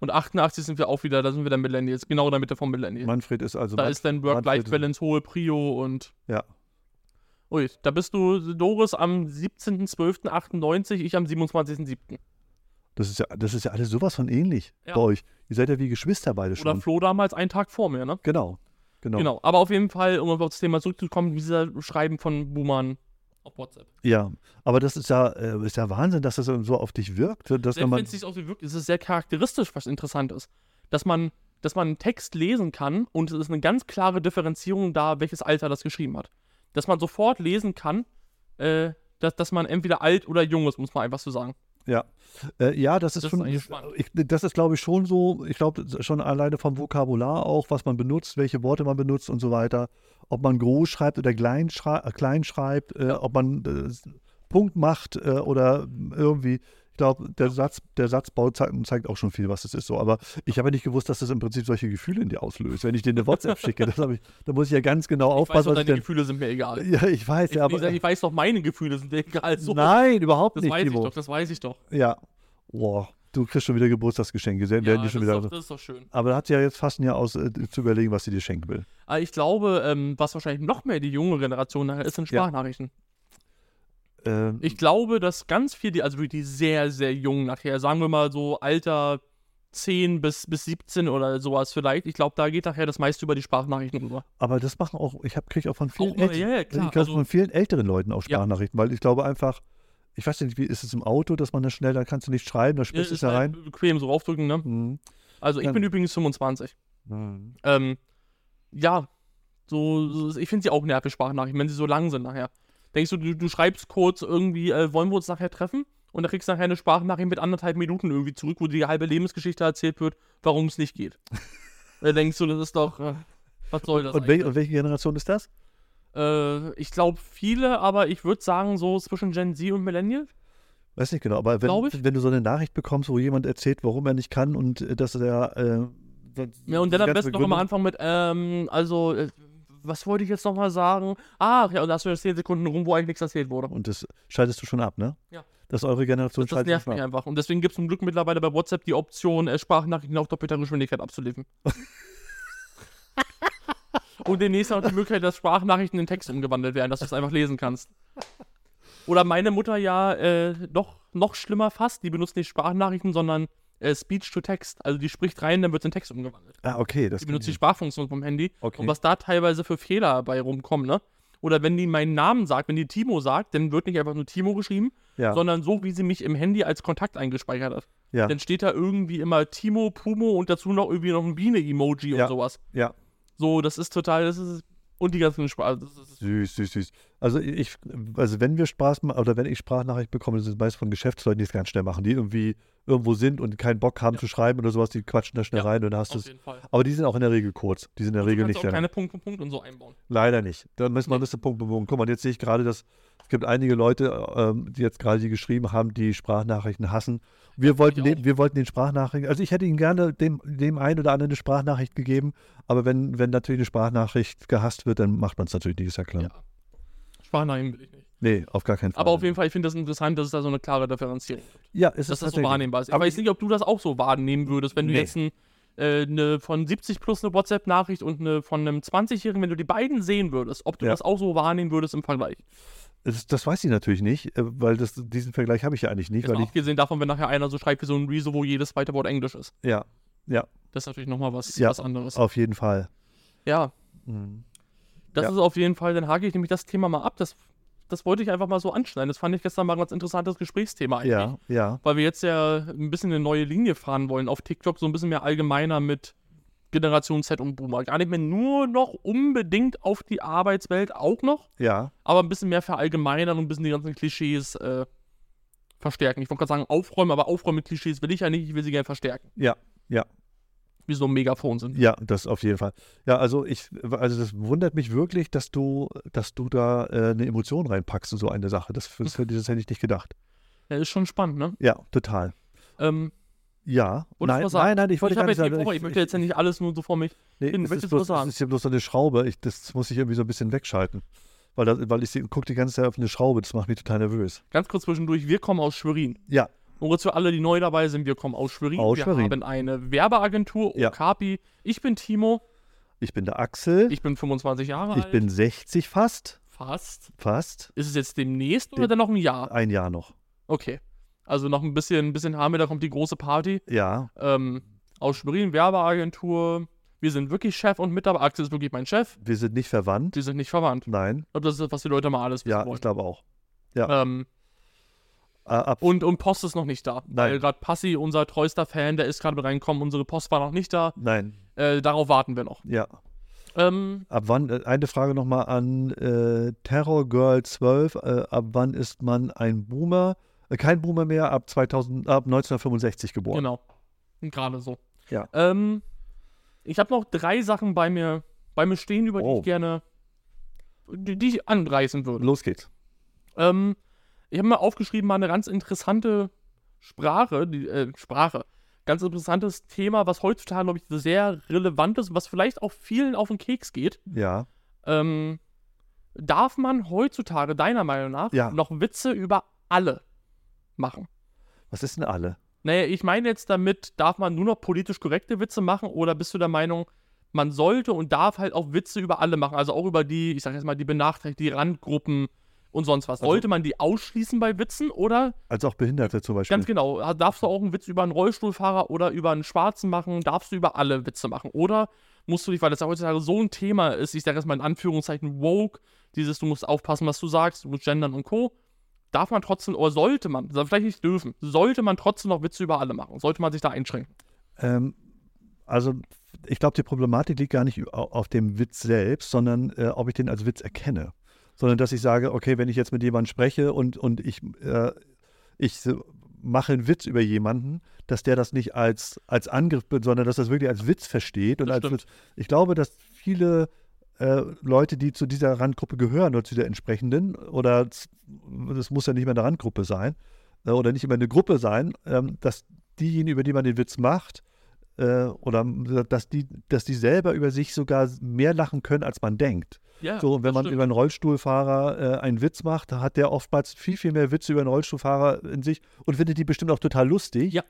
S1: Und 88 sind wir auch wieder, da sind wir dann Millennials, genau in der Mitte vom Millennial.
S2: Manfred ist also.
S1: Da
S2: Manf-
S1: ist dann
S2: Manfred-
S1: Work-Life-Balance hohe Prio und
S2: Ja.
S1: Ui, da bist du, Doris, am 17.12.98, ich am 27.07.
S2: Das ist ja, das ist ja alles sowas von ähnlich
S1: Ja.
S2: bei euch. Ihr seid ja wie Geschwister beide
S1: Oder
S2: schon.
S1: Flo damals einen Tag vor mir, ne?
S2: Genau. Genau.
S1: Genau. Aber auf jeden Fall, um auf das Thema zurückzukommen, dieser Schreiben von Buhmann auf WhatsApp.
S2: Ja. Aber das ist ja, äh, ist ja Wahnsinn, dass das so auf dich wirkt. Dass wenn
S1: Selbst wenn
S2: man,
S1: es nicht aus wie wirkt, ist es sehr charakteristisch, was interessant ist. Dass man, dass man einen Text lesen kann und es ist eine ganz klare Differenzierung da, welches Alter das geschrieben hat. Dass man sofort lesen kann, äh, dass, dass man entweder alt oder jung ist, muss man einfach so sagen.
S2: ja. Äh, ja, das ist
S1: Das ist
S2: schon.
S1: eigentlich spannend.
S2: ich, das ist, glaube ich, schon so. Ich glaube, das ist schon alleine vom Vokabular auch, was man benutzt, welche Worte man benutzt und so weiter. Ob man groß schreibt oder klein, schrei äh, klein schreibt, äh, ob man äh, Punkt macht äh, oder irgendwie. Ich glaube, der Satz, der Satzbau zeigt, zeigt auch schon viel, was es ist so. Aber ich habe ja nicht gewusst, dass das im Prinzip solche Gefühle in dir auslöst. Wenn ich dir eine WhatsApp schicke, das habe ich, da muss ich ja ganz genau
S1: Ich weiß
S2: aufpassen,
S1: doch,
S2: was ich
S1: deine
S2: denn.
S1: Gefühle sind mir egal.
S2: Ja, ich weiß, ja,
S1: ich,
S2: aber.
S1: ich weiß doch, meine Gefühle sind dir egal. So.
S2: Nein, überhaupt
S1: das
S2: nicht,
S1: weiß ich
S2: Timo.
S1: doch, das weiß ich doch.
S2: Ja. Boah, du kriegst schon wieder Geburtstagsgeschenke. Werden
S1: Ja,
S2: die schon
S1: das,
S2: wieder.
S1: ist doch, das ist doch schön.
S2: Aber da hat sie ja jetzt fast ein Jahr aus, äh, zu überlegen, was sie dir schenken will.
S1: Aber ich glaube, ähm, was wahrscheinlich noch mehr die junge Generation nachher ist, sind
S2: Ja.
S1: Sprachnachrichten.
S2: Ähm,
S1: Ich glaube, dass ganz viel, die, also wirklich die sehr, sehr jung nachher, sagen wir mal so Alter 10 bis, bis 17 oder sowas vielleicht, ich glaube, da geht nachher das meiste über die Sprachnachrichten rüber.
S2: aber das machen auch, ich habe kriege auch von vielen,
S1: Auch mal-
S2: Ält-
S1: ja, ja,
S2: ich
S1: klar,
S2: krieg
S1: also-
S2: von vielen älteren Leuten auch
S1: Ja.
S2: Sprachnachrichten, weil ich glaube einfach, ich weiß nicht, wie ist es im Auto, dass man das schnell, da kannst du nicht schreiben, da sprichst du es da
S1: halt
S2: rein.
S1: bequem so raufdrücken, ne?
S2: Mhm.
S1: Also ich
S2: Dann-
S1: bin übrigens 25.
S2: Mhm.
S1: Ähm, ja, so, so ich finde sie auch nervig, Sprachnachrichten, wenn sie so lang sind nachher. Denkst du, du, du schreibst kurz irgendwie, äh, wollen wir uns nachher treffen? Und dann kriegst du nachher eine Sprachnachricht mit anderthalb Minuten irgendwie zurück, wo dir die halbe Lebensgeschichte erzählt wird, warum es nicht geht. da denkst du, das ist doch, äh, was soll das
S2: Und, wel und welche Generation ist das?
S1: Äh, ich glaube viele, aber ich würde sagen so zwischen Gen Z und Millennial.
S2: Weiß nicht genau, aber
S1: Glaub
S2: wenn,
S1: ich.
S2: wenn du so eine Nachricht bekommst, wo jemand erzählt, warum er nicht kann und äh, dass er äh, das-
S1: Ja, und
S2: diese
S1: dann am
S2: ganze
S1: besten noch immer
S2: Begründung-
S1: anfangen mit, ähm, also, äh, was wollte ich jetzt nochmal sagen? Ach ja, und da hast du jetzt 10 Sekunden rum, wo eigentlich nichts erzählt wurde.
S2: Und das schaltest du schon ab, ne?
S1: Ja.
S2: Dass eure Generation
S1: Das, das
S2: schaltet
S1: nervt
S2: schon
S1: mich
S2: ab.
S1: einfach. Und deswegen gibt es zum Glück mittlerweile bei WhatsApp die Option, äh, Sprachnachrichten auf doppelter Geschwindigkeit abzuliefern. und demnächst auch die Möglichkeit, dass Sprachnachrichten in Text umgewandelt werden, dass du es einfach lesen kannst. Oder meine Mutter ja äh, noch, noch schlimmer fast, die benutzt nicht Sprachnachrichten, sondern äh, Speech to Text. Also die spricht rein, dann wird es in Text umgewandelt.
S2: Ah, okay, das
S1: Die
S2: kann
S1: benutzt die
S2: ich-
S1: Sprachfunktion vom Handy.
S2: Okay.
S1: Und was da teilweise für Fehler dabei rumkommen, ne? Oder wenn die meinen Namen sagt, wenn die Timo sagt, dann wird nicht einfach nur Timo geschrieben,
S2: ja,
S1: sondern so, wie sie mich im Handy als Kontakt eingespeichert hat.
S2: ja,
S1: Dann steht da irgendwie immer Timo, Pumo und dazu noch irgendwie noch ein Biene-Emoji
S2: Ja.
S1: und sowas.
S2: ja.
S1: So, das ist total, das ist. Und die ganzen Spaß. Das ist,
S2: Süß, süß, süß. Also ich, also wenn wir Spaß ma- oder wenn ich Sprachnachricht bekomme, das ist meist von Geschäftsleuten, die es ganz schnell machen, die irgendwie irgendwo sind und keinen Bock haben zu schreiben oder sowas, die quatschen da schnell
S1: Ja,
S2: rein und dann hast du es.
S1: jeden Fall.
S2: Aber die sind auch in der Regel kurz. Die sind in der
S1: Du
S2: Regel
S1: kannst
S2: nicht
S1: auch
S2: länger.
S1: keine Punkt, Punkt, Punkt und so einbauen.
S2: Leider nicht. Da müssen wir ein bisschen Punkt bewogen. Guck mal, und jetzt sehe ich gerade, dass es gibt einige Leute, ähm, die jetzt gerade die geschrieben haben, die Sprachnachrichten hassen. Wir wollten,
S1: ich
S2: den, wir wollten den Sprachnachrichten, also ich hätte ihnen gerne dem, dem einen oder anderen eine Sprachnachricht gegeben, aber wenn, wenn natürlich eine Sprachnachricht gehasst wird, dann macht man es natürlich nicht, ist ja klar.
S1: Ja. Sprachnachrichten will ich nicht.
S2: Nee, auf gar keinen Fall.
S1: Aber auf jeden Fall, ich finde das interessant, dass es da so eine klare Differenzierung gibt.
S2: Ja, es ist
S1: dass das so
S2: tatsächlich-
S1: wahrnehmbar ist. Ich
S2: Aber
S1: weiß nicht, ob du das auch so wahrnehmen würdest, wenn du
S2: Nee.
S1: jetzt ein, äh, eine von 70 plus eine WhatsApp-Nachricht und eine von einem 20-Jährigen, wenn du die beiden sehen würdest, ob du
S2: Ja.
S1: das auch so wahrnehmen würdest im Vergleich.
S2: Das, das weiß ich natürlich nicht, äh, weil das, diesen Vergleich habe ich ja eigentlich nicht,
S1: Jetzt mal
S2: weil ich,
S1: abgesehen davon, wenn nachher einer so schreibt wie so ein Rezo, wo jedes zweite Wort Englisch ist.
S2: ja, ja,
S1: Das ist natürlich nochmal was,
S2: Ja.
S1: was anderes.
S2: auf jeden Fall.
S1: Ja,
S2: Mhm.
S1: das
S2: Ja.
S1: ist auf jeden Fall, dann hake ich nämlich das Thema mal ab. Das, das wollte ich einfach mal so anschneiden. Das fand ich gestern mal ein ganz interessantes Gesprächsthema eigentlich.
S2: Ja, ja,
S1: weil wir jetzt ja ein bisschen eine neue Linie fahren wollen auf TikTok, so ein bisschen mehr allgemeiner mit Generation Z und Boomer. Gar nicht mehr nur noch unbedingt auf die Arbeitswelt auch noch,
S2: Ja,
S1: aber ein bisschen mehr verallgemeinern und ein bisschen die ganzen Klischees äh, verstärken. Ich wollte gerade sagen aufräumen, aber aufräumen mit Klischees will ich ja nicht, ich will sie gerne verstärken.
S2: Ja, ja.
S1: Wie so ein Megafon sind.
S2: ja, das auf jeden Fall. Ja, also ich, also das wundert mich wirklich, dass du, dass du da äh, eine Emotion reinpackst in so eine Sache. Das, das, das hätte ich nicht gedacht.
S1: Ja, ist schon spannend, ne?
S2: Ja, total.
S1: Ähm,
S2: Ja,
S1: Wolltest du
S2: nein,
S1: was sagen?
S2: nein, nein, ich wollte
S1: ich,
S2: gar
S1: hab
S2: nicht
S1: jetzt die
S2: sagen.
S1: Woche, ich möchte jetzt ja nicht alles nur so vor mich.
S2: nee,
S1: hin,
S2: es
S1: möchtest
S2: ist
S1: du was
S2: bloß,
S1: sagen?
S2: es ist ja bloß so eine Schraube. Ich, das muss ich irgendwie so ein bisschen wegschalten. Weil, das, weil ich gucke die ganze Zeit auf eine Schraube. Das macht mich total nervös.
S1: Ganz kurz zwischendurch, wir kommen aus Schwerin.
S2: Ja,
S1: Moritz, für alle, die neu dabei sind, wir kommen aus Schwerin.
S2: Aus
S1: wir
S2: Schwerin.
S1: haben eine Werbeagentur,
S2: Ja.
S1: Okapi. Ich bin Timo,
S2: ich bin der Axel.
S1: ich bin 25 Jahre
S2: Ich
S1: alt.
S2: bin 60 fast.
S1: fast.
S2: Fast.
S1: Ist es jetzt demnächst
S2: Dem-
S1: oder dann noch ein Jahr?
S2: Ein Jahr noch.
S1: Okay. Also noch ein bisschen, ein bisschen haben wir, da kommt die große Party.
S2: Ja,
S1: Ähm, aus Schwerin, Werbeagentur. Wir sind wirklich Chef und Mitarbeiter. Axel ist wirklich mein Chef.
S2: wir sind nicht verwandt.
S1: Die sind nicht verwandt.
S2: Nein.
S1: Ich glaube, das ist, was die Leute mal alles wissen
S2: Ja, ich
S1: wollen.
S2: glaube auch.
S1: Ähm,
S2: Äh, Ab,
S1: und, und Post ist noch nicht da. Weil
S2: Nein.
S1: gerade Passi, unser treuester Fan, der ist gerade mit reingekommen. Unsere Post war noch nicht da.
S2: nein.
S1: Äh, darauf warten wir noch.
S2: Ja.
S1: Ähm,
S2: Ab wann, äh, eine Frage nochmal an äh, Terror Girl 12. Äh, ab wann ist man ein Boomer? Äh, kein Boomer mehr, ab, 2000, ab 1965 geboren.
S1: Genau. Gerade so.
S2: Ja.
S1: Ähm, ich habe noch drei Sachen bei mir, bei mir stehen, über die
S2: Oh.
S1: ich gerne die, die ich anreißen würde.
S2: Los geht's.
S1: Ähm, ich habe mir aufgeschrieben, mal eine ganz interessante Sprache, die, äh, Sprache. Ganz interessantes Thema, was heutzutage, glaube ich, sehr relevant ist und was vielleicht auch vielen auf den Keks geht.
S2: Ja.
S1: Ähm, darf man heutzutage, deiner Meinung nach,
S2: Ja.
S1: noch Witze über alle machen?
S2: Was ist denn alle?
S1: Naja, ich meine jetzt damit, darf man nur noch politisch korrekte Witze machen oder bist du der Meinung, man sollte und darf halt auch Witze über alle machen, also auch über die, ich sag jetzt mal, die benachteiligten, die Randgruppen und sonst was.
S2: Also-
S1: sollte man die ausschließen bei Witzen oder
S2: Also auch Behinderte zum Beispiel.
S1: ganz genau, ha- darfst du auch einen Witz über einen Rollstuhlfahrer oder über einen Schwarzen machen, darfst du über alle Witze machen oder musst du dich, weil das ja heutzutage so ein Thema ist, ich sag jetzt mal in Anführungszeichen woke, dieses du musst aufpassen, was du sagst, du musst gendern und co. Darf man trotzdem, oder sollte man, vielleicht nicht dürfen, sollte man trotzdem noch Witze über alle machen? Sollte man sich da einschränken?
S2: Ähm, also ich glaube, die Problematik liegt gar nicht au- auf dem Witz selbst, sondern äh, ob ich den als Witz erkenne. Sondern dass ich sage, okay, wenn ich jetzt mit jemandem spreche und, und ich, äh, ich so- mache einen Witz über jemanden, dass der das nicht als, als Angriff, be- sondern dass das wirklich als Witz versteht. Und
S1: Das
S2: als
S1: stimmt.
S2: Witz. Ich glaube, dass viele äh, Leute, die zu dieser Randgruppe gehören oder zu der entsprechenden, oder z- das muss ja nicht mehr eine Randgruppe sein, äh, oder nicht immer eine Gruppe sein, ähm, dass diejenigen, über die man den Witz macht, äh, oder m- dass die, dass die selber über sich sogar mehr lachen können, als man denkt.
S1: Ja,
S2: so, und wenn
S1: das
S2: man
S1: stimmt.
S2: über einen Rollstuhlfahrer äh, einen Witz macht, hat der oftmals viel, viel mehr Witze über einen Rollstuhlfahrer in sich und findet die bestimmt auch total lustig.
S1: Ja.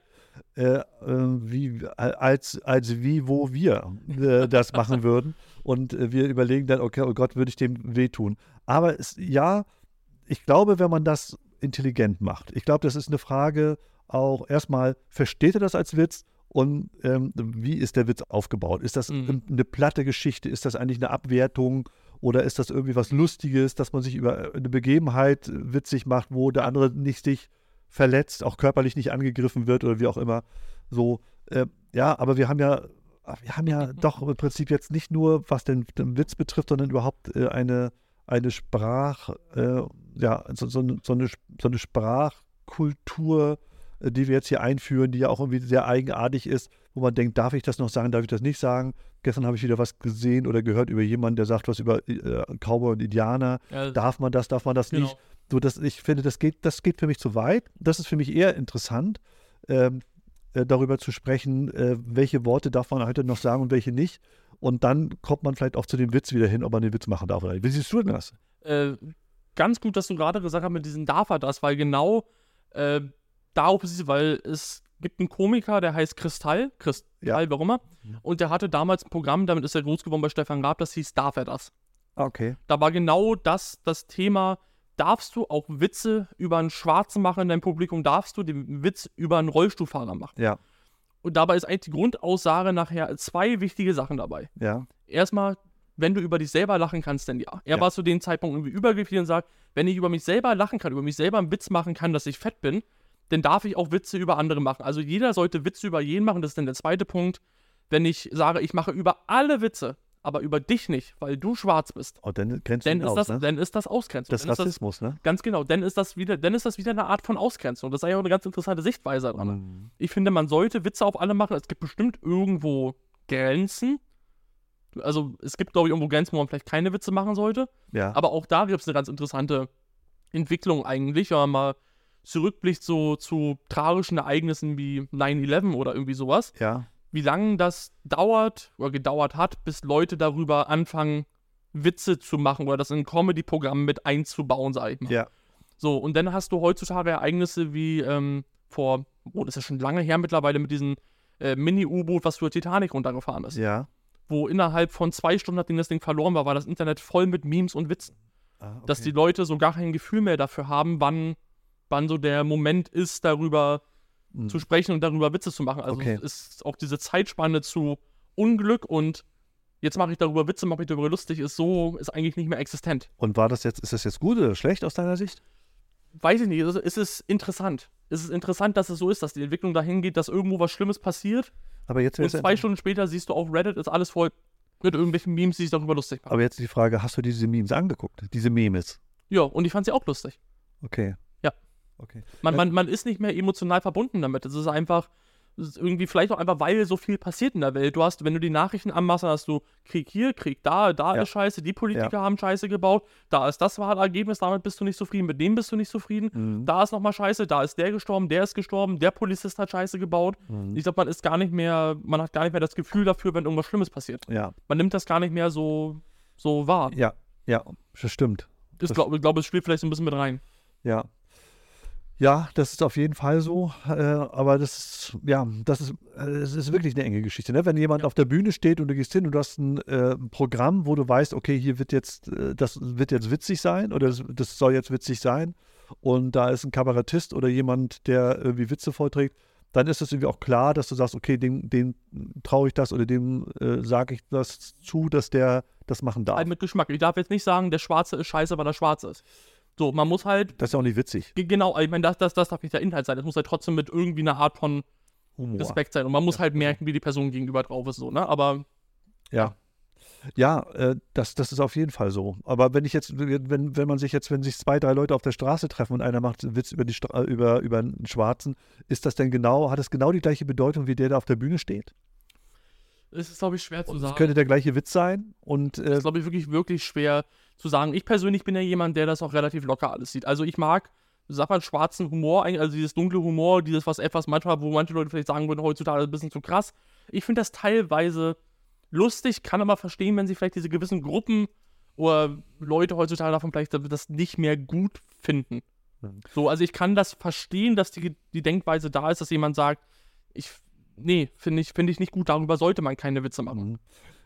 S2: Äh, äh, wie, als, als wie, wo wir äh, das machen würden. Und äh, wir überlegen dann, okay, oh Gott, würde ich dem wehtun. Aber es, ja, ich glaube, wenn man das intelligent macht, ich glaube, das ist eine Frage auch erstmal, versteht er das als Witz und ähm, wie ist der Witz aufgebaut? Ist das
S1: Mhm.
S2: eine platte Geschichte? Ist das eigentlich eine Abwertung? Oder ist das irgendwie was Lustiges, dass man sich über äh, eine Begebenheit witzig macht, wo der andere nicht sich verletzt, auch körperlich nicht angegriffen wird oder wie auch immer? So, äh, ja, aber wir haben ja, wir haben ja doch im Prinzip jetzt nicht nur, was den, den Witz betrifft, sondern überhaupt äh, eine, eine Sprach, äh, ja, so, so, eine- so, eine, so eine Sprachkultur, äh, die wir jetzt hier einführen, die ja auch irgendwie sehr eigenartig ist, wo man denkt, darf ich das noch sagen, darf ich das nicht sagen? Gestern habe ich wieder was gesehen oder gehört über jemanden, der sagt was über äh, Cowboy und Indianer.
S1: Ja,
S2: Darf man das, darf man das nicht?
S1: genau.
S2: So, das, ich finde, das geht, das geht für mich zu weit. Das ist für mich eher interessant, ähm, äh, darüber zu sprechen, äh, welche Worte darf man heute noch sagen und welche nicht. Und dann kommt man vielleicht auch zu dem Witz wieder hin, ob man den Witz machen darf oder nicht. Wie siehst du denn das?
S1: Äh, ganz gut, dass du gerade gesagt hast mit diesem Darf er das, weil genau äh, darauf ist es, weil es gibt einen Komiker, der heißt Kristall, Kristall, warum immer,
S2: Mhm.
S1: und der hatte damals ein Programm, damit ist er groß geworden bei Stefan Raab, das hieß Darf er das.
S2: Ah, Okay.
S1: Da war genau das das Thema, darfst du auch Witze über einen Schwarzen machen in deinem Publikum, darfst du den Witz über einen Rollstuhlfahrer machen.
S2: Ja,
S1: Und dabei ist eigentlich die Grundaussage nachher zwei wichtige Sachen dabei
S2: ja,
S1: erstmal, wenn du über dich selber lachen kannst, dann ja. Er
S2: Ja.
S1: war zu dem Zeitpunkt irgendwie übergewichtig und sagt, wenn ich über mich selber lachen kann, über mich selber einen Witz machen kann, dass ich fett bin, dann darf ich auch Witze über andere machen. Also jeder sollte Witze über jeden machen, das ist dann der zweite Punkt. wenn ich sage, ich mache über alle Witze, aber über dich nicht, weil du schwarz bist.
S2: Oh, dann grenzt du
S1: Dann
S2: ihn
S1: ist,
S2: aus,
S1: das,
S2: ne?
S1: dann ist das Ausgrenzung.
S2: Das ist
S1: dann ist das
S2: Rassismus, ne?
S1: Ganz genau, dann ist das wieder, dann ist das wieder eine Art von Ausgrenzung. Das ist eigentlich auch eine ganz interessante Sichtweise dran.
S2: Mhm.
S1: Ich finde, man sollte Witze auf alle machen. Es gibt bestimmt irgendwo Grenzen. Also es gibt, glaube ich, irgendwo Grenzen, wo man vielleicht keine Witze machen sollte.
S2: Ja.
S1: Aber auch da gibt es eine ganz interessante Entwicklung eigentlich, wenn man mal zurückblickt so zu tragischen Ereignissen wie 9-11 oder irgendwie sowas.
S2: ja.
S1: Wie lange das dauert oder gedauert hat, bis Leute darüber anfangen, Witze zu machen oder das in Comedy-Programmen mit einzubauen, sag ich mal.
S2: Ja.
S1: So, und dann hast du heutzutage Ereignisse wie ähm, vor, oh, das ist ja schon lange her mittlerweile mit diesem äh, Mini-U-Boot, was für Titanic runtergefahren ist.
S2: Ja.
S1: Wo innerhalb von zwei Stunden, nachdem das Ding verloren war, war das Internet voll mit Memes und Witzen.
S2: Ah, okay.
S1: Dass die Leute so gar kein Gefühl mehr dafür haben, wann, wann so der Moment ist, darüber
S2: Mhm.
S1: zu sprechen und darüber Witze zu machen. Also
S2: Okay.
S1: es ist auch diese Zeitspanne zu Unglück und jetzt mache ich darüber Witze, mache ich darüber lustig, ist so, ist eigentlich nicht mehr existent.
S2: Und war das jetzt, ist das jetzt gut oder schlecht aus deiner Sicht?
S1: weiß ich nicht, es es ist interessant. Es ist interessant, dass es so ist, dass die Entwicklung dahin geht, dass irgendwo was Schlimmes passiert
S2: Aber jetzt,
S1: und
S2: jetzt
S1: zwei Stunden später siehst du auf Reddit ist alles voll mit irgendwelchen Memes, die sich darüber lustig machen.
S2: aber jetzt die Frage, hast du diese Memes angeguckt? Diese Memes.
S1: Ja, und ich fand sie auch lustig.
S2: Okay.
S1: Ja.
S2: Okay.
S1: Man, man, man ist nicht mehr emotional verbunden damit. Es ist einfach es ist irgendwie vielleicht auch einfach, weil so viel passiert in der Welt. Du hast, wenn du die Nachrichten anmachst, dann hast du Krieg hier, Krieg da, da
S2: Ja.
S1: ist Scheiße, die Politiker
S2: Ja.
S1: haben Scheiße gebaut, da ist das wahre Ergebnis, damit bist du nicht zufrieden, mit dem bist du nicht zufrieden.
S2: Mhm.
S1: Da ist nochmal Scheiße, da ist der gestorben, der ist gestorben, der Polizist hat Scheiße gebaut.
S2: Mhm.
S1: Ich glaube, man ist gar nicht mehr, man hat gar nicht mehr das Gefühl dafür, wenn irgendwas Schlimmes passiert.
S2: Ja.
S1: Man nimmt das gar nicht mehr so, so wahr.
S2: Ja. Ja. Das stimmt.
S1: Ich glaube, glaub, es spielt vielleicht so ein bisschen mit rein.
S2: Ja. Ja, das ist auf jeden Fall so. Äh, aber das ist, ja, das ist, äh, es ist wirklich eine enge Geschichte. Ne? Wenn jemand auf der Bühne steht und du gehst hin und du hast ein äh, ein Programm, wo du weißt, okay, hier wird jetzt, äh, das wird jetzt witzig sein oder das, das soll jetzt witzig sein. Und da ist ein Kabarettist oder jemand, der irgendwie Witze vorträgt, dann ist es irgendwie auch klar, dass du sagst, okay, dem, dem traue ich das oder dem äh, sage ich das zu, dass der das machen darf.
S1: Halt mit Geschmack. Ich darf jetzt nicht sagen, der Schwarze ist scheiße, weil er schwarz ist. So, man muss halt,
S2: Das ist ja auch nicht witzig.
S1: ge- genau, ich meine, das, das, das darf nicht der Inhalt sein. Das muss halt trotzdem mit irgendwie einer Art von
S2: Humor.
S1: Respekt sein. Und man muss halt merken, wie die Person gegenüber drauf ist, so, ne? Aber
S2: Ja. Ja, äh, das, das ist auf jeden Fall so. Aber wenn ich jetzt, wenn, wenn man sich jetzt, wenn sich zwei, drei Leute auf der Straße treffen und einer macht einen Witz über, die Stra äh, über, über einen Schwarzen, ist das denn genau, hat das genau die gleiche Bedeutung, wie der, der auf der Bühne steht?
S1: es ist, glaube ich, schwer zu
S2: Und es
S1: sagen.
S2: könnte der gleiche Witz sein und
S1: Das
S2: äh,
S1: ist, glaube ich, wirklich, wirklich schwer zu sagen. Ich persönlich bin ja jemand, der das auch relativ locker alles sieht. Also ich mag, sag mal, schwarzen Humor, eigentlich, also dieses dunkle Humor, dieses was etwas manchmal, wo manche Leute vielleicht sagen würden, heutzutage ist ein bisschen zu krass. Ich finde das teilweise lustig, kann aber verstehen, wenn sie vielleicht diese gewissen Gruppen oder Leute heutzutage davon vielleicht das nicht mehr gut finden.
S2: Mhm.
S1: So, also ich kann das verstehen, dass die, die Denkweise da ist, dass jemand sagt, ich, nee, finde ich, finde ich nicht gut, darüber sollte man keine Witze machen.
S2: Mhm.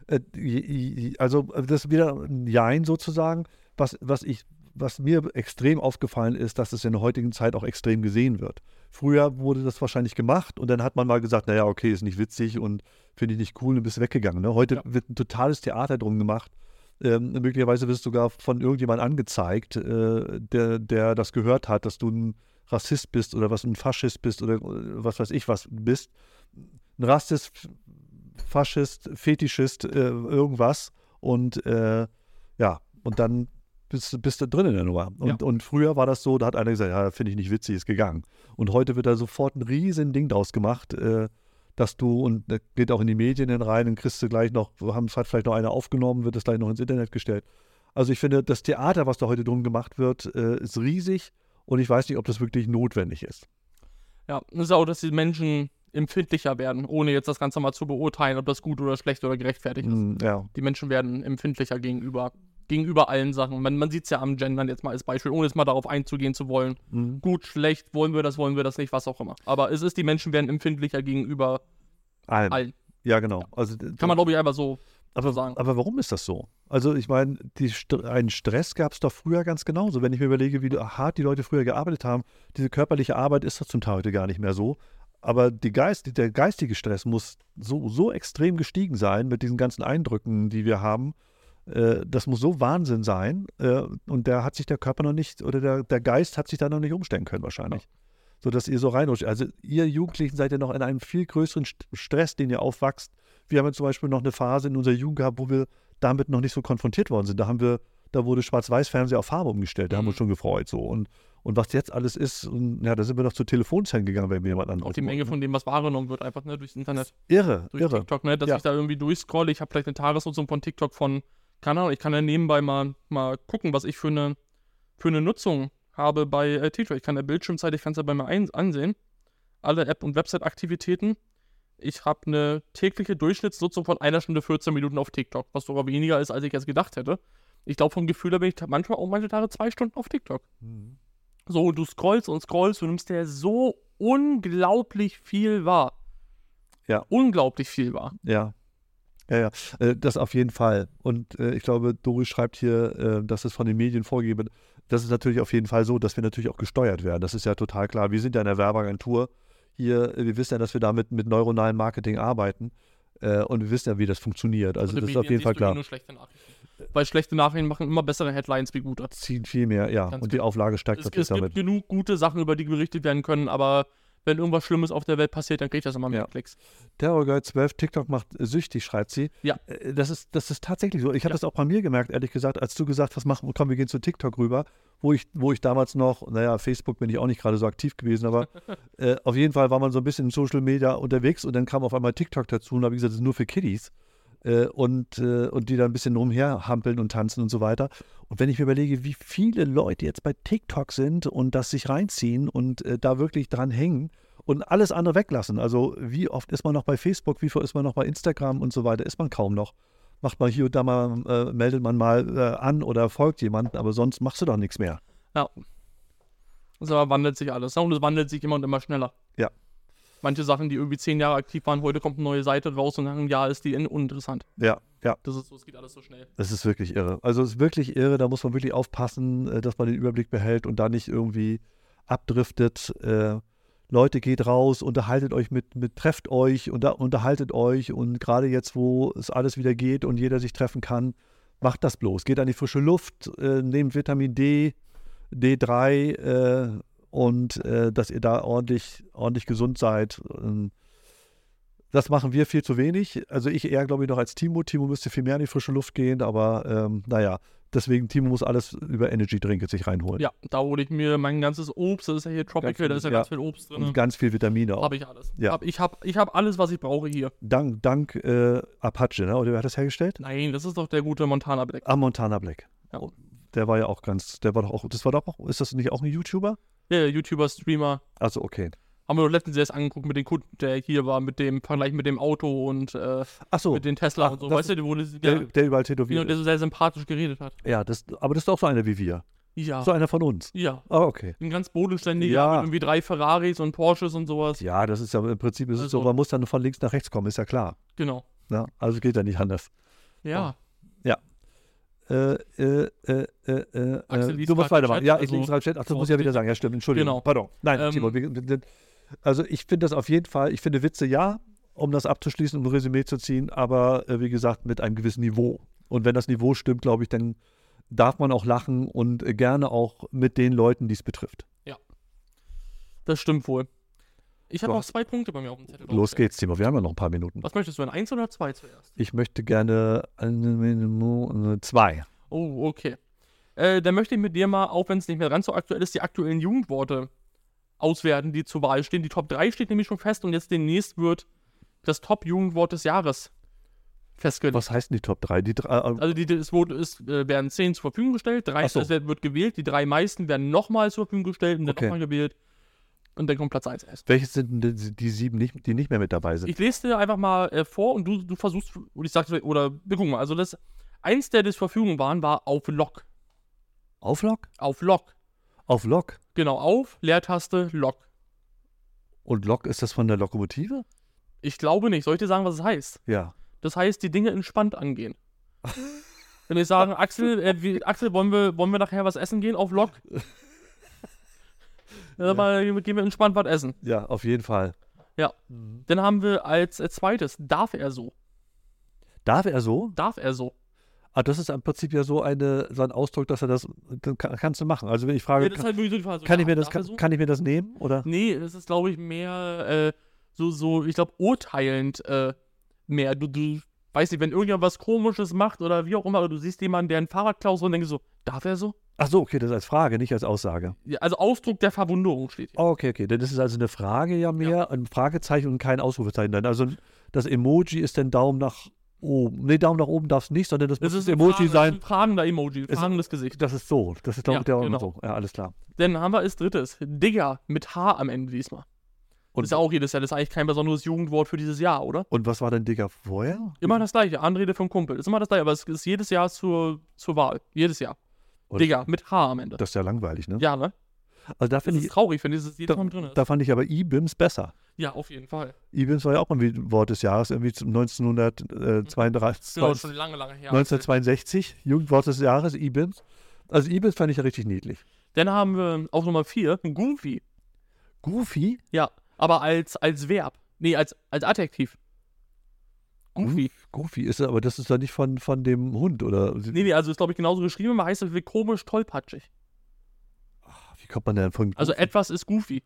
S2: Äh, j- j- Also äh, das ist wieder ein Jein sozusagen, was, was ich, was mir extrem aufgefallen ist, dass es in der heutigen Zeit auch extrem gesehen wird. Früher wurde das wahrscheinlich gemacht und dann hat man mal gesagt, naja, okay, ist nicht witzig und finde ich nicht cool und bist weggegangen. Ne? Heute
S1: Ja.
S2: wird ein totales Theater drum gemacht. Ähm, möglicherweise wirst du sogar von irgendjemand angezeigt, äh, der, der das gehört hat, dass du ein Rassist bist oder was ein Faschist bist oder äh, was weiß ich was bist. Ein Rassist Faschist, Fetischist, äh, irgendwas. Und äh, ja, und dann bist, du- bist du drin in der Nummer. Und, und früher war das so, da hat einer gesagt, ja, finde ich nicht witzig, ist gegangen. Und heute wird da sofort ein riesen Ding draus gemacht, äh, dass du, und das geht auch in die Medien dann rein, dann kriegst du gleich noch, haben es hat vielleicht noch einer aufgenommen, wird das gleich noch ins Internet gestellt. Also ich finde, das Theater, was da heute drum gemacht wird, äh, ist riesig und ich weiß nicht, ob das wirklich notwendig ist.
S1: Ja, das ist auch, dass die Menschen empfindlicher werden, ohne jetzt das Ganze mal zu beurteilen, ob das gut oder schlecht oder gerechtfertigt ist.
S2: Mm, ja.
S1: Die Menschen werden empfindlicher gegenüber, gegenüber allen Sachen. Man, man sieht es ja am Gendern jetzt mal als Beispiel, ohne jetzt mal darauf einzugehen zu wollen.
S2: Mm.
S1: Gut, schlecht, wollen wir das, wollen wir das nicht, was auch immer. Aber es ist, die Menschen werden empfindlicher gegenüber
S2: Allem.
S1: allen.
S2: Ja, genau. Also,
S1: Kann man, glaube ich, einfach so.
S2: Aber,
S1: sagen.
S2: aber warum ist das so? Also ich meine, die St einen Stress gab es doch früher ganz genauso. Wenn ich mir überlege, wie hart die Leute früher gearbeitet haben, diese körperliche Arbeit ist das zum Teil heute gar nicht mehr so. Aber die Geist, der geistige Stress muss so, so extrem gestiegen sein mit diesen ganzen Eindrücken, die wir haben. Äh, Das muss so Wahnsinn sein. äh, Und da hat sich der Körper noch nicht, oder der, der Geist hat sich da noch nicht umstellen können wahrscheinlich. Sodass ihr so reinrutscht. Also ihr Jugendlichen seid ja noch in einem viel größeren St- Stress, den ihr aufwachst, Wir haben ja zum Beispiel noch eine Phase in unserer Jugend gehabt, wo wir damit noch nicht so konfrontiert worden sind. Da haben wir, da wurde Schwarz-Weiß-Fernseher auf Farbe umgestellt. Da
S1: Mhm.
S2: haben wir uns schon gefreut so. Und, und was jetzt alles ist, und, ja, da sind wir noch zu Telefonzellen gegangen, wenn wir jemand anderen
S1: Auch die Menge von dem, was wahrgenommen wird, einfach ne, durchs Internet,
S2: Irre,
S1: durch
S2: irre.
S1: TikTok, ne, dass
S2: Ja.
S1: ich da irgendwie durchscrolle. Ich habe vielleicht eine Tagesnutzung von TikTok von, keine Ahnung, ich kann ja nebenbei mal, mal gucken, was ich für eine, für eine Nutzung habe bei äh, TikTok. Ich kann der Bildschirmzeit, ich kann es ja bei mir ein, ansehen. Alle App- und Website-Aktivitäten. Ich habe eine tägliche Durchschnittsnutzung von einer Stunde 14 Minuten auf TikTok, was sogar weniger ist, als ich jetzt gedacht hätte. Ich glaube, vom Gefühl her bin ich ta- manchmal auch manche Tage zwei Stunden auf TikTok.
S2: Mhm.
S1: So, du scrollst und scrollst, du nimmst dir so unglaublich viel wahr.
S2: Ja.
S1: Unglaublich viel wahr.
S2: Ja. Ja, ja, Äh, das auf jeden Fall. Und äh, ich glaube, Doris schreibt hier, äh, dass es von den Medien vorgegeben wird. Das ist natürlich auf jeden Fall so, dass wir natürlich auch gesteuert werden. Das ist ja total klar. Wir sind ja in der Werbeagentur hier. äh, Wir wissen ja, dass wir damit mit neuronalem Marketing arbeiten. Äh, und wir wissen ja, wie das funktioniert. Also, das ist auf jeden Fall klar.
S1: Nur schlechte Nachrichten. Weil schlechte Nachrichten machen immer bessere Headlines wie gute.
S2: Ziehen viel mehr, ja.
S1: Ganz genau.
S2: Und die Auflage steigt
S1: Es,
S2: natürlich
S1: es gibt
S2: damit.
S1: genug gute Sachen, über die berichtet werden können, aber wenn irgendwas Schlimmes auf der Welt passiert, dann kriegt das immer mehr
S2: Ja.
S1: Klicks.
S2: Terrorgirl 12, TikTok macht äh, süchtig, schreibt sie.
S1: Ja.
S2: Äh, Das ist, das ist tatsächlich so. Ich habe
S1: Ja.
S2: das auch bei mir gemerkt, ehrlich gesagt, als du gesagt hast, mach, komm, wir gehen zu TikTok rüber, wo ich, wo ich damals noch, naja, Facebook bin ich auch nicht gerade so aktiv gewesen, aber äh, auf jeden Fall war man so ein bisschen in Social Media unterwegs und dann kam auf einmal TikTok dazu und habe gesagt, das ist nur für Kiddies. Äh, und, äh, und die dann ein bisschen rumherhampeln und tanzen und so weiter. Und wenn ich mir überlege, wie viele Leute jetzt bei TikTok sind und das sich reinziehen und äh, da wirklich dran hängen und alles andere weglassen. Also wie oft ist man noch bei Facebook, wie viel ist man noch bei Instagram und so weiter, ist man kaum noch. Macht man hier und da mal, äh, meldet man mal äh, an oder folgt jemanden, aber sonst machst du doch nichts mehr.
S1: Ja. Also aber wandelt sich alles. ne? Und es wandelt sich immer und immer schneller.
S2: Ja.
S1: Manche Sachen, die irgendwie zehn Jahre aktiv waren, heute kommt eine neue Seite raus und nach einem Jahr ist die in- uninteressant.
S2: Ja, ja.
S1: Das ist so, es geht alles so schnell.
S2: Das ist wirklich irre. Also es ist wirklich irre, da muss man wirklich aufpassen, äh, dass man den Überblick behält und da nicht irgendwie abdriftet. Äh, Leute, geht raus, unterhaltet euch mit, mit trefft euch, unter, unterhaltet euch und gerade jetzt, wo es alles wieder geht und jeder sich treffen kann, macht das bloß. Geht an die frische Luft, äh, nehmt Vitamin D, D3 äh, und äh, dass ihr da ordentlich, ordentlich gesund seid. Ähm, das machen wir viel zu wenig. Also ich eher, glaube ich, noch als Timo. Timo müsste viel mehr in die frische Luft gehen, aber ähm, naja, deswegen Timo muss alles über Energy Drink sich reinholen.
S1: Ja, da hole ich mir mein ganzes Obst. Das ist ja hier Tropical, da ist ja,
S2: ja.
S1: ganz viel Obst drin.
S2: Und ganz viel Vitamine auch.
S1: Habe ich alles.
S2: Ja.
S1: Hab, ich habe ich hab alles, was ich brauche hier.
S2: Dank, dank äh, Apache, ne? Oder wer hat das hergestellt?
S1: Nein, das ist doch der gute Montana Black.
S2: Ah, Montana Black.
S1: Ja.
S2: Der war ja auch ganz, der war doch auch, das war doch auch, ist das nicht auch ein YouTuber?
S1: Ja, ja, YouTuber, Streamer.
S2: Also okay.
S1: Haben wir doch letztens erst angeguckt mit dem Kunden, der hier war, mit dem Vergleich mit dem Auto und äh,
S2: Achso,
S1: mit den Tesla
S2: Oh. Ach,
S1: und so.
S2: das
S1: Weißt du, wo das,
S2: der,
S1: der,
S2: der überall
S1: der,
S2: tätowiert
S1: der
S2: ist.
S1: so sehr sympathisch geredet hat.
S2: Ja, das, aber das ist doch so einer wie wir.
S1: Ja.
S2: So einer von uns.
S1: Ja.
S2: Ah, okay.
S1: Ein ganz bodenständiger,
S2: Ja.
S1: mit irgendwie drei Ferraris und Porsches und sowas.
S2: Ja, das ist ja im Prinzip ist es so,
S1: Also-
S2: man muss dann von links nach rechts kommen, ist ja klar.
S1: Genau.
S2: Ne? Also geht ja nicht anders.
S1: Ja.
S2: äh, äh, äh, äh, äh,
S1: Axel
S2: äh,
S1: liest
S2: du musst
S1: gerade den
S2: weitermachen.
S1: Chat,
S2: ja, ich
S1: also
S2: links gerade Chat. Ach, das muss ich ja wieder sagen. Ja, stimmt. Entschuldigung.
S1: Genau.
S2: Pardon. Nein,
S1: Ähm,
S2: Timo. Wir, wir, also ich finde das auf jeden Fall, ich finde Witze ja, um das abzuschließen, um ein Resümee zu ziehen, aber äh, wie gesagt, mit einem gewissen Niveau. Und wenn das Niveau stimmt, glaube ich, dann darf man auch lachen und äh, gerne auch mit den Leuten, die es betrifft.
S1: Das stimmt wohl. Ich habe
S2: Du
S1: noch
S2: hast-
S1: zwei Punkte bei mir auf dem Zettel.
S2: Los
S1: draufstehen.
S2: geht's, Timo. Wir haben ja noch ein paar Minuten.
S1: Was möchtest du, ein Eins oder zwei zuerst?
S2: Ich möchte gerne eine- zwei.
S1: Oh, okay. Äh, dann möchte ich mit dir mal, auch wenn es nicht mehr ganz so aktuell ist, die aktuellen Jugendworte auswerten, die zur Wahl stehen. Die Top 3 steht nämlich schon fest und jetzt demnächst wird das Top-Jugendwort des Jahres festgelegt.
S2: Was heißen die Top 3? Die drei, äh,
S1: Also die, das Wort ist, äh, werden 10 zur Verfügung gestellt, drei,
S2: Ach so.
S1: es wird, wird gewählt, die drei meisten werden nochmal zur Verfügung gestellt und dann
S2: Okay.
S1: nochmal gewählt. Und dann kommt Platz 1 erst.
S2: welches sind denn die, die sieben, nicht, die nicht mehr mit dabei sind?
S1: Ich lese dir einfach mal äh, vor und du, du versuchst, und ich sage, oder wir gucken mal. Also das, eins der zur Verfügung waren, war auf Lock.
S2: Auf Lock?
S1: Auf Lock.
S2: Auf Lok.
S1: Genau, auf, Leertaste, Lock.
S2: Und Lok ist das von der Lokomotive?
S1: Ich glaube nicht. Soll ich dir sagen, was es heißt?
S2: Ja.
S1: Das heißt, die Dinge entspannt angehen. Wenn ich sage, Axel, äh, wie, Axel, wollen wir, wollen wir nachher was essen gehen auf Lok? Dann sag mal, gehen wir entspannt was essen.
S2: Ja, auf jeden Fall.
S1: Ja. Dann haben wir als äh, zweites, darf er so?
S2: Darf er so?
S1: Darf er so?
S2: Ah, das ist im Prinzip ja so, eine, so ein Ausdruck, dass er das, dann kann, kannst du machen. Also wenn ich frage,
S1: Ja, das ist
S2: kann,
S1: halt wirklich so die Frage. So,
S2: kann, ich
S1: ja,
S2: mir das,
S1: darf er Hm.
S2: kann,
S1: so?
S2: kann ich mir das nehmen? Oder?
S1: Nee, das ist, glaube ich, mehr äh, so, so, ich glaube, urteilend. Äh, mehr. Du, du weißt nicht, wenn irgendjemand was Komisches macht oder wie auch immer, oder du siehst jemanden, der ein Fahrrad klaut und denkst so, darf er so?
S2: Ach so, okay, das ist als Frage, nicht als Aussage.
S1: Ja, also Ausdruck der Verwunderung steht hier.
S2: Oh, okay, okay, dann ist es also eine Frage ja mehr, ein Fragezeichen und kein Ausrufezeichen. Dann. Also das Emoji ist dann Daumen nach oben. Nee, Daumen nach oben darf es nicht, sondern das, muss das
S1: ein
S2: Emoji
S1: Fragen-
S2: sein.
S1: ein fragender Emoji, ein
S2: Es-
S1: fragendes Gesicht.
S2: Das ist so. Das ist, glaube
S1: Ja,
S2: ich, der
S1: genau.
S2: so. Ja, alles klar.
S1: Dann haben wir als drittes Digger mit H am Ende diesmal.
S2: Und-
S1: das ist ja auch jedes Jahr, das ist eigentlich kein besonderes Jugendwort für dieses Jahr, oder?
S2: Und was war denn Digga vorher?
S1: Immer das gleiche, Anrede vom Kumpel. Ist immer das gleiche, aber es ist jedes Jahr zur, zur Wahl. Jedes Jahr.
S2: Und-
S1: Digger mit H am Ende.
S2: Das ist ja langweilig, ne?
S1: Ja, ne?
S2: Also da
S1: Das
S2: finde
S1: ist
S2: ich,
S1: traurig, wenn dieses jedes
S2: da,
S1: Mal mit drin ist.
S2: da fand ich aber IBIMS besser.
S1: Ja, auf jeden Fall.
S2: IBIMS war ja auch irgendwie Wort des Jahres, irgendwie zum äh, 1932.
S1: Genau, schon lange, lange her.
S2: 1962, Jugendwort des Jahres, IBIMS. Also IBIMS fand ich ja richtig niedlich.
S1: Dann haben wir auf Nummer 4 Goofy.
S2: Goofy?
S1: Ja, aber als, als Verb. Nee, als, als Adjektiv. Goofy.
S2: Goofy ist er, aber das ist ja nicht von, von dem Hund, oder?
S1: Nee, nee, also ist, glaube ich, genauso geschrieben, aber heißt es wie komisch tollpatschig.
S2: Wie kommt man denn von
S1: Also etwas ist Goofy.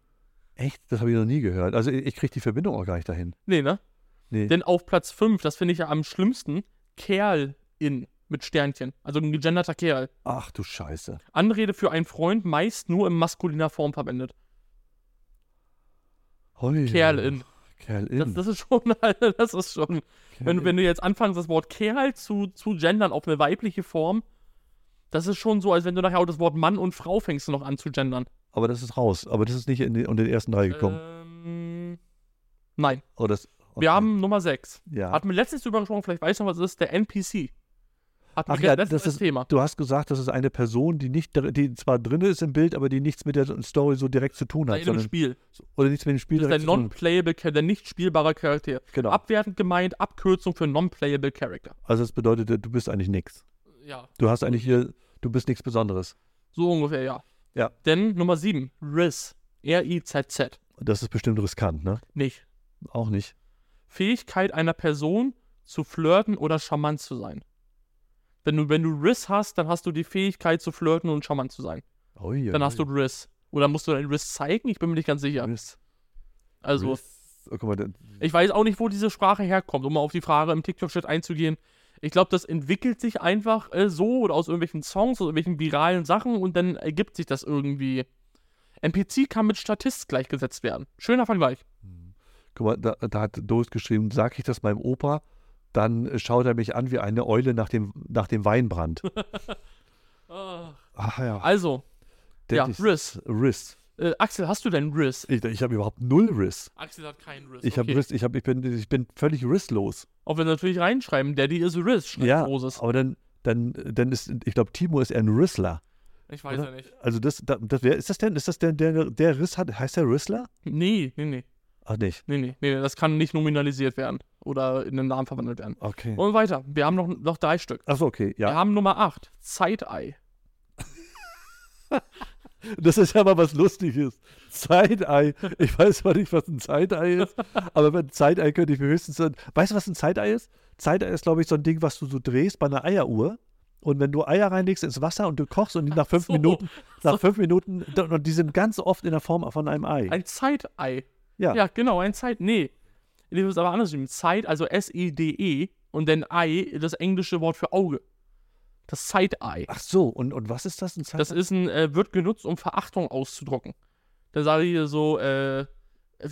S2: Echt? Das habe ich noch nie gehört. Also ich, ich kriege die Verbindung auch gar nicht dahin.
S1: Nee, ne?
S2: Nee.
S1: Denn auf Platz 5, das finde ich ja am schlimmsten, Kerl in mit Sternchen. Also ein gegenderter Kerl.
S2: Ach du Scheiße.
S1: Anrede für einen Freund meist nur in maskuliner Form verwendet.
S2: Heu.
S1: Kerl in.
S2: Kerl in.
S1: Das, das ist schon, das ist schon.
S2: Kerl
S1: Wenn,
S2: in.
S1: wenn du jetzt anfängst, das Wort Kerl zu, zu gendern auf eine weibliche Form, das ist schon so, als wenn du nachher auch das Wort Mann und Frau fängst du noch an zu gendern.
S2: aber das ist raus. Aber das ist nicht in den, in den ersten
S1: Äh,
S2: drei gekommen.
S1: Ähm, nein.
S2: oh, das, okay.
S1: Wir haben Nummer 6.
S2: Ja.
S1: Hat mir letztens drüber gesprochen, vielleicht weißt du noch, was es ist, der NPC. Hat
S2: Ach
S1: mir
S2: ja,
S1: letztens
S2: das
S1: als
S2: ist-
S1: Thema.
S2: Du hast gesagt, das ist eine Person, die nicht, dr- die zwar drin ist im Bild, aber die nichts mit der Story so direkt zu tun
S1: In
S2: hat,
S1: jedem
S2: sondern,
S1: Spiel.
S2: oder nichts mit dem Spiel
S1: Das ist
S2: direkt
S1: der
S2: zu tun.
S1: non-playable, Char- der nicht spielbare Charakter.
S2: Genau.
S1: Abwertend gemeint, Abkürzung für non-playable Character.
S2: Also das bedeutet, du bist eigentlich nichts.
S1: Ja.
S2: Du hast eigentlich hier, du bist nichts Besonderes.
S1: So ungefähr, ja.
S2: Ja.
S1: Denn Nummer 7, Riz. R-I-Z-Z.
S2: Das ist bestimmt riskant, ne?
S1: Nicht.
S2: Auch nicht.
S1: Fähigkeit einer Person zu flirten oder charmant zu sein. Wenn du, wenn du Riz hast, dann hast du die Fähigkeit zu flirten und charmant zu sein.
S2: Ui,
S1: dann hast du Riz. Oder musst du deinen Riz zeigen? Ich bin mir nicht ganz sicher.
S2: Riss.
S1: Also,
S2: Oh, guck mal, der-
S1: ich weiß auch nicht, wo diese Sprache herkommt, um mal auf die Frage im TikTok-Chat einzugehen. Ich glaube, das entwickelt sich einfach äh, so oder aus irgendwelchen Songs, aus irgendwelchen viralen Sachen und dann ergibt sich das irgendwie. NPC kann mit Statist gleichgesetzt werden. Schöner Vergleich.
S2: guck mal da, da hat Doris geschrieben, sag ich das meinem Opa, dann äh, schaut er mich an wie eine Eule nach dem, nach dem Weinbrand. Ach ja.
S1: Also, ja,
S2: das ist-
S1: Riss.
S2: Riss.
S1: Äh, Axel, hast du denn Riz?
S2: Ich, ich habe überhaupt null Riss.
S1: Axel hat keinen Riz.
S2: Ich, hab Riss ich, hab, ich, bin, ich bin völlig risslos.
S1: Auch wenn sie natürlich reinschreiben, Daddy is Riz, schreibt
S2: Ja,
S1: Roses.
S2: aber dann, dann, dann ist, ich glaube, Timo ist eher ein Rissler.
S1: Ich weiß
S2: oder?
S1: ja nicht.
S2: Also das, da- das wer ist das denn? Ist das denn der, der Riss hat, heißt der Rissler?
S1: Nee, nee, nee.
S2: Ach nicht.
S1: Nee, nee, nee, das kann nicht nominalisiert werden oder in den Namen verwandelt werden.
S2: Okay.
S1: Und weiter. Wir haben noch, noch drei Stück.
S2: Achso, okay, ja.
S1: Wir haben Nummer 8, Zeitei.
S2: Das ist ja mal was Lustiges. Zeitei. Ich weiß zwar nicht, was ein Zeitei ist, aber bei Zeitei könnte ich mir höchstens. so- Weißt du, was ein Zeitei ist? Zeitei ist, glaube ich, so ein Ding, was du so drehst bei einer Eieruhr. Und wenn du Eier reinlegst ins Wasser und du kochst und die nach fünf
S1: so.
S2: Minuten, nach fünf Minuten, und die sind ganz oft in der Form von einem Ei.
S1: Ein Zeitei.
S2: Ja.
S1: Ja, genau, ein Zeit. Nee. Ich muss aber anders nehmen. Zeit, also S-I-D-E E und dann Ei, das englische Wort für Auge. Das Zeitei.
S2: Ach so, und, und was ist das? Ein Zeitei?
S1: Das ist ein, äh, wird genutzt, um Verachtung auszudrucken. Da sage ich hier so, äh,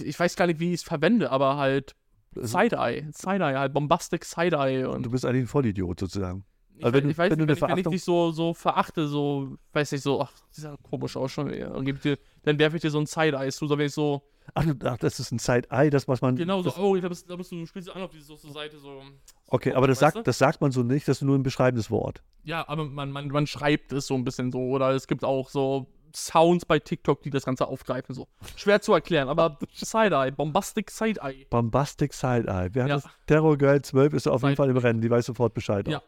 S1: ich weiß gar nicht, wie ich es verwende, aber halt
S2: Also-
S1: Zeitei. Zeitei, halt Bombastic Zeitei und
S2: du bist eigentlich ein Vollidiot sozusagen.
S1: Ich,
S2: Also
S1: wei-
S2: wenn du-
S1: ich weiß
S2: wenn
S1: nicht,
S2: du
S1: wenn,
S2: eine
S1: ich, wenn ich
S2: Verachtung-
S1: dich so, so verachte, so, weiß nicht, so, ach, die sah komisch aus schon wieder. Und gib dir, dann werfe ich dir so ein Side-Eye zu, so wenn ich so,
S2: Ach, du- ach, das ist ein Zeitei, das was man.
S1: genau so,
S2: Das,
S1: oh, da bist, da bist du, spielst du an auf diese so zur Seite, so.
S2: okay, aber das
S1: Weißt du?
S2: sagt, das sagt man so nicht, das ist nur ein beschreibendes Wort.
S1: Ja, aber man, man, man schreibt es so ein bisschen so, oder es gibt auch so Sounds bei TikTok, die das Ganze aufgreifen, so. Schwer zu erklären, aber Side-Eye, Bombastic Side-Eye.
S2: Bombastic Side-Eye. Wir haben
S1: Ja.
S2: das Terror Girl 12 ist auf jeden
S1: Side-
S2: Fall im Rennen, die weiß sofort Bescheid.
S1: Ja.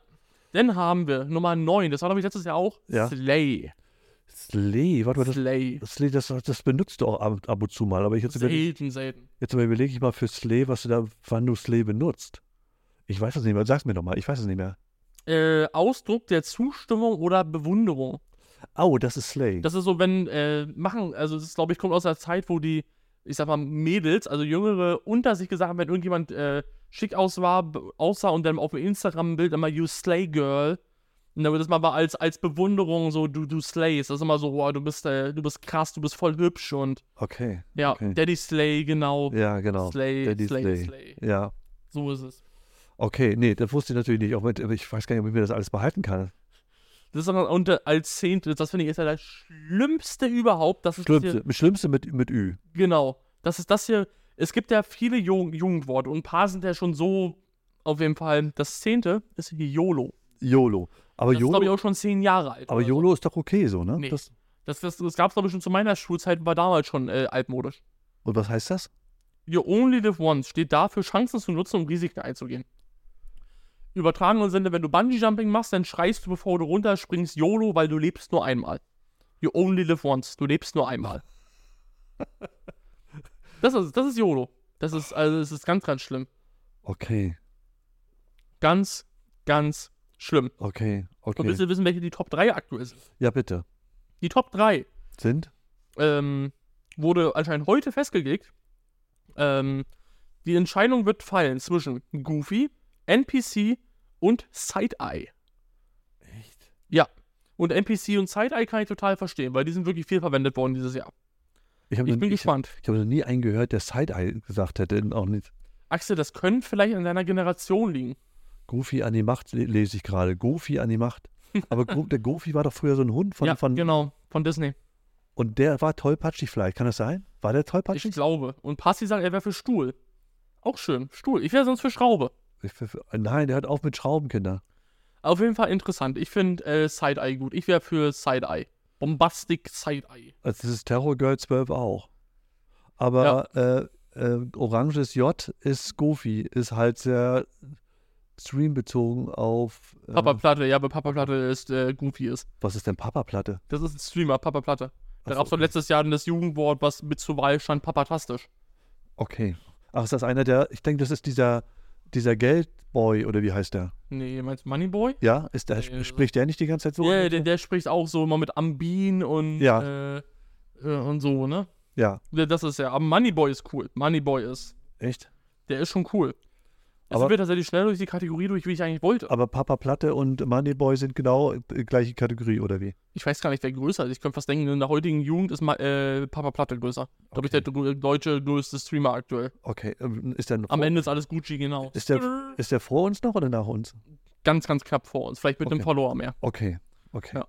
S1: Dann haben wir Nummer 9, das war, glaube ich, letztes Jahr auch,
S2: Ja.
S1: Slay.
S2: Slay, warte mal, das,
S1: Slay.
S2: Slay, das, das benutzt du auch ab, ab und zu mal, aber ich jetzt, über,
S1: Selten, selten.
S2: jetzt mal überlege ich mal für Slay, was du da, wann du Slay benutzt. Ich weiß es nicht mehr, sag's mir doch mal, ich weiß es nicht mehr.
S1: Äh, Ausdruck der Zustimmung oder Bewunderung.
S2: Oh, das ist Slay.
S1: Das ist so, wenn äh, machen, also das glaube ich kommt aus der Zeit, wo die ich sag mal, Mädels, also Jüngere, unter sich gesagt haben, wenn irgendjemand äh, schick aus war, b- aussah und dann auf dem Instagram-Bild immer You Slay Girl. Und dann wird das mal aber als, als Bewunderung so, du, du slayst. Das ist immer so, wow, du bist, äh, du bist krass, du bist voll hübsch und
S2: Okay.
S1: ja,
S2: Okay.
S1: Daddy Slay, genau.
S2: Ja, genau.
S1: Slay,
S2: Daddy
S1: Slay,
S2: Slay.
S1: Slay,
S2: Ja.
S1: So ist es.
S2: Okay, nee, das wusste ich natürlich nicht. Auch mit, aber ich weiß gar nicht, ob ich mir das alles behalten kann.
S1: Das ist dann unter als Zehntel, das finde ich ist ja das Schlimmste überhaupt. Das ist
S2: Schlimmste, Schlimmste mit, mit Ü.
S1: Hier, genau. Das ist das hier. Es gibt ja viele Jung Jugendworte und ein paar sind ja schon so auf jeden Fall. Das Zehnte ist hier YOLO.
S2: YOLO. Aber
S1: Das ist, glaube ich,
S2: YOLO,
S1: auch schon zehn Jahre alt.
S2: aber
S1: oder so.
S2: YOLO ist doch okay so, ne?
S1: Nee.
S2: Das,
S1: Das, das, das gab es, glaube ich, schon zu meiner Schulzeit, war damals schon äh, altmodisch.
S2: und was heißt das?
S1: You only live once steht dafür, Chancen zu nutzen, um Risiken einzugehen. Übertragen und Sinne, wenn du Bungee-Jumping machst, dann schreist du, bevor du runterspringst, YOLO, weil du lebst nur einmal. You only live once. Du lebst nur einmal. das, ist, das ist YOLO. Das ist, also, das ist ganz, ganz schlimm.
S2: Okay,
S1: Ganz, ganz schlimm.
S2: okay,
S1: Und
S2: okay.
S1: willst du wissen, welche die Top 3 aktuell sind?
S2: Ja, bitte.
S1: Die Top 3
S2: Sind?
S1: ähm, wurde anscheinend heute festgelegt. Ähm, die Entscheidung wird fallen zwischen Goofy, NPC und Side-Eye.
S2: Echt?
S1: Und NPC und Side-Eye kann ich total verstehen, weil die sind wirklich viel verwendet worden dieses Jahr.
S2: Ich, hab
S1: Ich
S2: noch-
S1: bin
S2: ich, hab-
S1: gespannt.
S2: Ich habe noch nie einen gehört, der Side-Eye gesagt hätte. Auch nicht.
S1: Axel, das könnte vielleicht an deiner Generation liegen.
S2: Goofy an die Macht le- lese ich gerade. Goofy an die Macht. Aber Go der Goofy war doch früher so ein Hund von,
S1: ja,
S2: von
S1: genau, von Disney.
S2: und der war tollpatschig vielleicht. Kann das sein? War der
S1: Ich
S2: tollpatschig?
S1: glaube. Und Passi sagt, er wäre für Stuhl. Auch schön. Stuhl. Ich wäre sonst für Schraube.
S2: Ich, nein, der hört auf mit Schrauben, Kinder.
S1: Auf jeden Fall interessant. Ich finde äh, Side-Eye gut. Ich wäre für Side-Eye. Bombastic Side-Eye.
S2: Also das ist Terror Girl 12 auch. Aber äh, äh, Oranges J ist Goofy, ist halt sehr streambezogen auf äh,
S1: Papa Platte, ja, bei Papa Platte ist äh, Goofy ist.
S2: was ist denn Papa-Platte?
S1: Das ist ein Streamer, Papa Platte. Da
S2: Ach
S1: gab es
S2: so,
S1: doch letztes Jahr das Jugendwort, was mit zur Wahl stand, papatastisch.
S2: Okay. Ach, ist das einer der, ich denke, das ist dieser, dieser Geldboy oder wie heißt der?
S1: Nee, meinst du Moneyboy?
S2: Ja, ist der,
S1: Nee, das-
S2: spricht der nicht die ganze Zeit so?
S1: Äh, ja, der, der spricht auch so immer mit Ambien und,
S2: Ja.
S1: äh, äh, und so, ne?
S2: ja,
S1: Ja, Das ist ja, aber Moneyboy ist cool. Moneyboy ist,
S2: echt?
S1: der ist schon cool. Jetzt
S2: Aber-
S1: sind wir tatsächlich schnell durch die Kategorie durch, wie ich eigentlich wollte.
S2: Aber Papa Platte und Moneyboy sind genau äh, gleiche Kategorie, oder wie?
S1: Ich weiß gar nicht, wer größer ist. Ich könnte fast denken, in der heutigen Jugend ist Ma- äh, Papa Platte größer. Da Glaube ich, der dr- deutsche größte Streamer aktuell.
S2: Okay, ähm, ist der,
S1: Am
S2: vor,
S1: Ende ist alles Gucci, genau.
S2: Ist der- ist der vor uns noch oder nach uns?
S1: ganz, ganz knapp vor uns. Vielleicht mit einem
S2: Okay.
S1: Follower mehr.
S2: Okay, okay.
S1: Ja.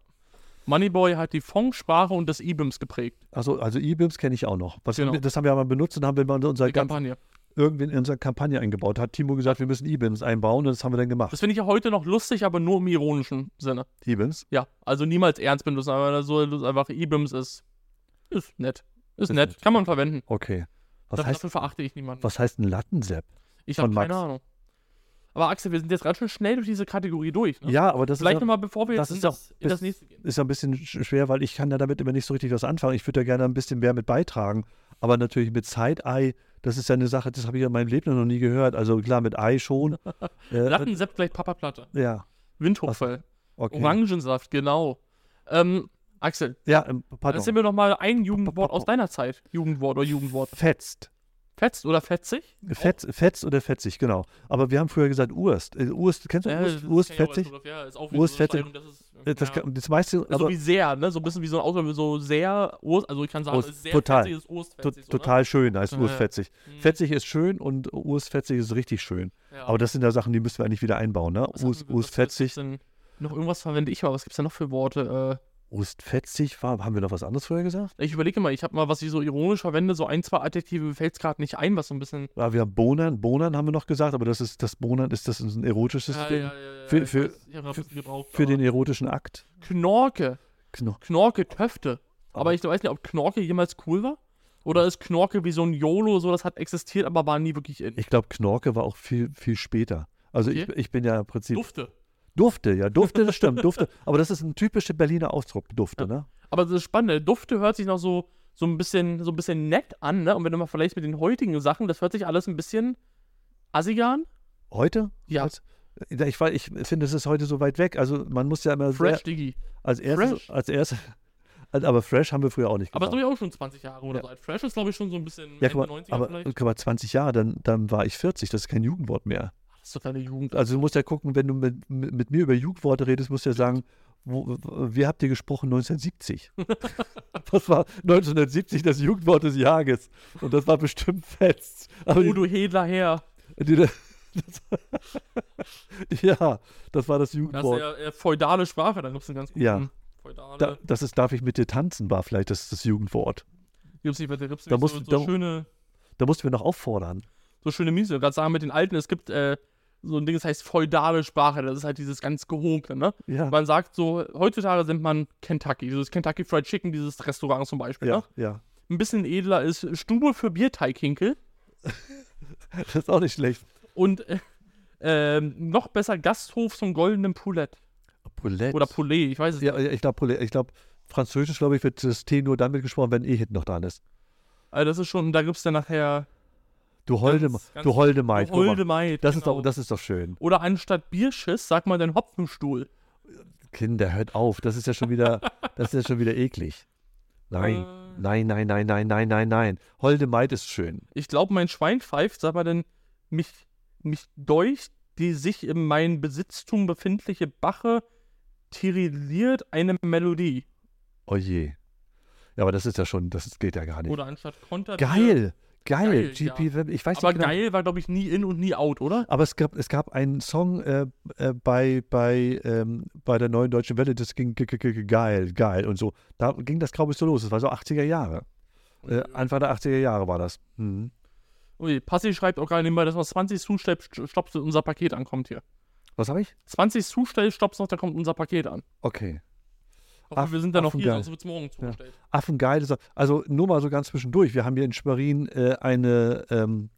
S1: Moneyboy hat die Fong-Sprache und das E-Bims geprägt.
S2: Also, also E-Bims kenne ich auch noch. Was
S1: Genau.
S2: Das haben wir ja mal benutzt und haben wir mal in unserer
S1: Die
S2: Äh, ganz,
S1: Kampagne.
S2: irgendwen in unsere Kampagne eingebaut. Hat Timo gesagt, wir müssen E-Bims einbauen und das haben wir dann gemacht.
S1: Das finde ich ja heute noch lustig, aber nur im ironischen Sinne.
S2: E-Bims?
S1: Ja, also niemals ernst benutzen, aber so dass einfach E-Bims ist. Ist nett. Ist,
S2: Ist
S1: nett.
S2: nett.
S1: Kann man verwenden.
S2: Okay. Was
S1: Dafür-
S2: heißt,
S1: Dafür verachte ich niemanden.
S2: was heißt ein Lattensepp?
S1: ich habe
S2: von
S1: keine
S2: Max?
S1: Ahnung. Aber Axel, wir sind jetzt ganz schön schnell durch diese Kategorie durch. Ne?
S2: Ja, aber das
S1: Vielleicht
S2: ist, ja,
S1: nochmal, bevor wir
S2: das
S1: jetzt in
S2: ist doch
S1: das, in das
S2: bis-
S1: nächste gehen.
S2: ist ja ein bisschen sch- schwer, weil ich kann ja damit immer nicht so richtig was anfangen. Ich würde da gerne ein bisschen mehr mit beitragen. Aber natürlich mit Side-Eye, das ist ja eine Sache, das habe ich ja in meinem Leben noch nie gehört. Also klar, mit Ei schon. äh,
S1: Lattensepp gleich Papaplatte.
S2: ja,
S1: Windhochfell.
S2: okay.
S1: Orangensaft, genau. Ähm, Axel,
S2: Ja, ähm,
S1: dann
S2: pardon.
S1: erzähl mir doch mal ein Jugendwort aus deiner Zeit. Jugendwort oder Jugendwort.
S2: Fetzt.
S1: Fetzt oder fetzig?
S2: Äh, Fetz, Fetz oder fetzig, genau. Aber wir haben früher gesagt Urst. Äh, Urst, kennst du Urst, Urst fetzig?
S1: Ja, ist auch
S2: wieder Urs so eine
S1: fetzig.
S2: Fetzig. Steigerung, Äh, Das,
S1: ja.
S2: kann- das meiste,
S1: also
S2: aber
S1: wie sehr, ne? So ein bisschen wie so ein Ausdruck, so sehr Urs, also ich kann sagen,
S2: Urs,
S1: sehr
S2: total.
S1: fetziges Urs
S2: to
S1: fetzig, so, ne?
S2: total schön heißt
S1: Ja,
S2: Urs
S1: ja.
S2: fetzig.
S1: Mhm.
S2: Fetzig ist schön und Urs fetzig ist richtig schön.
S1: Ja.
S2: Aber das sind ja Sachen, die müssen wir eigentlich wieder einbauen, ne?
S1: Was
S2: Urs,
S1: hatten wir-
S2: Urs
S1: was- was gibt's
S2: fetzig.
S1: denn Noch irgendwas verwende ich mal, was gibt's denn noch für Worte?
S2: Urs fetzig war, haben wir noch was anderes vorher gesagt?
S1: Äh, ich überlege mal, ich habe mal, was ich so ironisch verwende, so ein, zwei Adjektive fällt's gerade nicht ein, was so ein bisschen.
S2: Ja, Ah, wir haben Bonan, Bonan haben wir noch gesagt, aber das ist, das Bonan ist das ein erotisches Ding Für-
S1: ich
S2: für-
S1: weiß, ich hab grad
S2: für-
S1: was gebraucht,
S2: für
S1: aber-
S2: den erotischen Akt.
S1: Knorke.
S2: Genau.
S1: Knorke Töfte. Aber
S2: Aber-
S1: ich weiß nicht, ob Knorke jemals cool war. Oder ist Knorke wie so ein YOLO, so das hat existiert, aber war nie wirklich in.
S2: Ich glaube, Knorke war auch viel, viel später. Also
S1: Okay.
S2: ich, ich bin ja im Prinzip.
S1: Dufte.
S2: Dufte, ja, Dufte, das stimmt, Dufte. Aber das ist ein typischer Berliner Ausdruck, Dufte, ne?
S1: Aber das Spannende, Dufte hört sich noch so, so, ein bisschen, so ein bisschen nett an, ne? Und wenn du mal vergleichst mit den heutigen Sachen, das hört sich alles ein bisschen assiger an.
S2: Heute?
S1: Ja.
S2: Als, Ja, ich, wei- ich finde, es ist heute so weit weg. Also man muss ja immer
S1: Fresh
S2: sehr,
S1: Diggy.
S2: als erstes,
S1: fresh.
S2: als erstes, Also, aber Fresh haben wir früher auch nicht
S1: Aber das
S2: gemacht.
S1: glaube ich auch schon 20 Jahre oder
S2: Ja.
S1: so alt. Fresh ist, glaube ich, schon so ein bisschen Ende
S2: ja, guck mal,
S1: 90er
S2: aber,
S1: vielleicht.
S2: guck mal, 20 Jahre, dann, dann war ich 40, das ist kein Jugendwort mehr.
S1: Das ist doch deine Jugend.
S2: Also du musst ja gucken, wenn du mit, mit, mit mir über Jugendworte redest, musst du ja sagen, wo, w- wie habt ihr gesprochen 1970? das war 1970 das Jugendwort des Jahres. Und das war bestimmt fest. Aber die-
S1: Udo Hedler her.
S2: die, das, ja, das war das
S1: Das ist
S2: Jugendwort.
S1: ja äh, feudale Sprache, da gibt es einen ganz guten
S2: Ja.
S1: feudale.
S2: da, das ist, darf ich mit dir tanzen, war vielleicht das, das Jugendwort.
S1: gibt's nicht, da gibt's
S2: Da
S1: nicht
S2: musst
S1: so,
S2: du-
S1: so
S2: da-
S1: schöne,
S2: Da mussten wir noch auffordern.
S1: so schöne Miese. Ich gerade sagen mit den Alten, es gibt äh, so ein Ding, das heißt feudale Sprache. Das ist halt dieses ganz gehobene, ne?
S2: Ja,
S1: Man sagt so, heutzutage sind man Kentucky, dieses Kentucky Fried Chicken, dieses Restaurant zum Beispiel.
S2: ja,
S1: Ne?
S2: ja.
S1: Ein bisschen edler ist Stube für Bierteighinkel
S2: Das ist auch nicht schlecht.
S1: und äh, ähm, noch besser Gasthof zum goldenen Poulet.
S2: Poulette.
S1: Oder Poulet, ich weiß es
S2: ja,
S1: nicht.
S2: ja, ich glaube, ich glaub, Französisch, glaube ich, wird das T nur damit gesprochen, wenn E hinten noch dran ist.
S1: Also das ist schon, da gibt es dann nachher
S2: Du holde,
S1: Ganz- ganz-
S2: du holde Maid. guck mal.
S1: Holde Maid.
S2: Das, ist
S1: genau.
S2: doch, das ist doch schön.
S1: Oder anstatt Bierschiss, sag mal dein Hopfenstuhl.
S2: Kinder, hört auf. Das ist ja schon wieder, das ist ja schon wieder eklig.
S1: Äh.
S2: Nein, nein, nein, nein, nein, nein, nein, nein. Holde Maid ist schön.
S1: Ich glaube, mein Schwein pfeift, sag mal denn, mich, mich deucht die sich in meinem Besitztum befindliche Bache tirilliert eine Melodie.
S2: Oh je. Ja, aber das ist ja schon, das ist- geht ja gar nicht.
S1: Oder anstatt Konter.
S2: Geil, geil,
S1: Geil,
S2: GP,
S1: ja.
S2: Web- ich weiß
S1: Aber
S2: nicht genau.
S1: geil war, glaube ich, nie in und nie out, oder?
S2: Aber es gab, es gab einen Song äh, äh, bei, bei, ähm, bei der Neuen Deutschen Welle, das ging ge- ge- ge- geil, geil und so. Da ging das, glaube ich, so los. Das war so 80er Jahre. Äh,
S1: Mhm.
S2: Anfang der 80er Jahre war das. Mhm.
S1: Ui, Passi schreibt auch gerade nebenbei, dass noch 20 Zustellstopps unser Paket ankommt hier.
S2: Was habe ich?
S1: 20 Zustellstopps noch, da kommt unser Paket an.
S2: Okay.
S1: Hoffe,
S2: Aff-
S1: wir sind da noch hier,
S2: Affengeil.
S1: sonst wird es morgen zugestellt.
S2: Affengeil. ist- Also nur mal so ganz zwischendurch. Wir haben hier in Schwerin äh, eine, ähm,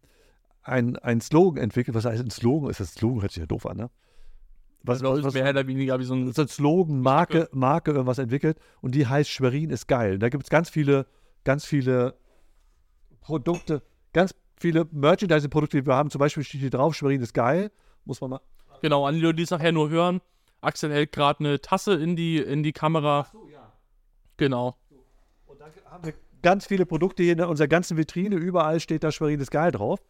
S2: ein, ein Slogan entwickelt. Was heißt ein Slogan? Ist das Slogan? Hört sich ja doof an, ne? Was,
S1: Das
S2: was,
S1: ist
S2: was,
S1: mehr oder weniger wie so ein
S2: so ein Slogan, Marke, Marke irgendwas entwickelt und die heißt Schwerin ist geil. Da gibt es ganz viele, ganz viele Produkte, ganz viele Merchandising-Produkte, die wir haben. Zum Beispiel steht hier drauf, Schwerin ist geil. Muss man mal.
S1: Genau, an die Leute, die es nachher nur hören. Axel hält gerade eine Tasse in die, in die Kamera. Genau.
S2: Und dann haben wir Also ganz viele Produkte hier in unserer ganzen Vitrine. Überall steht da Schwerin ist geil drauf.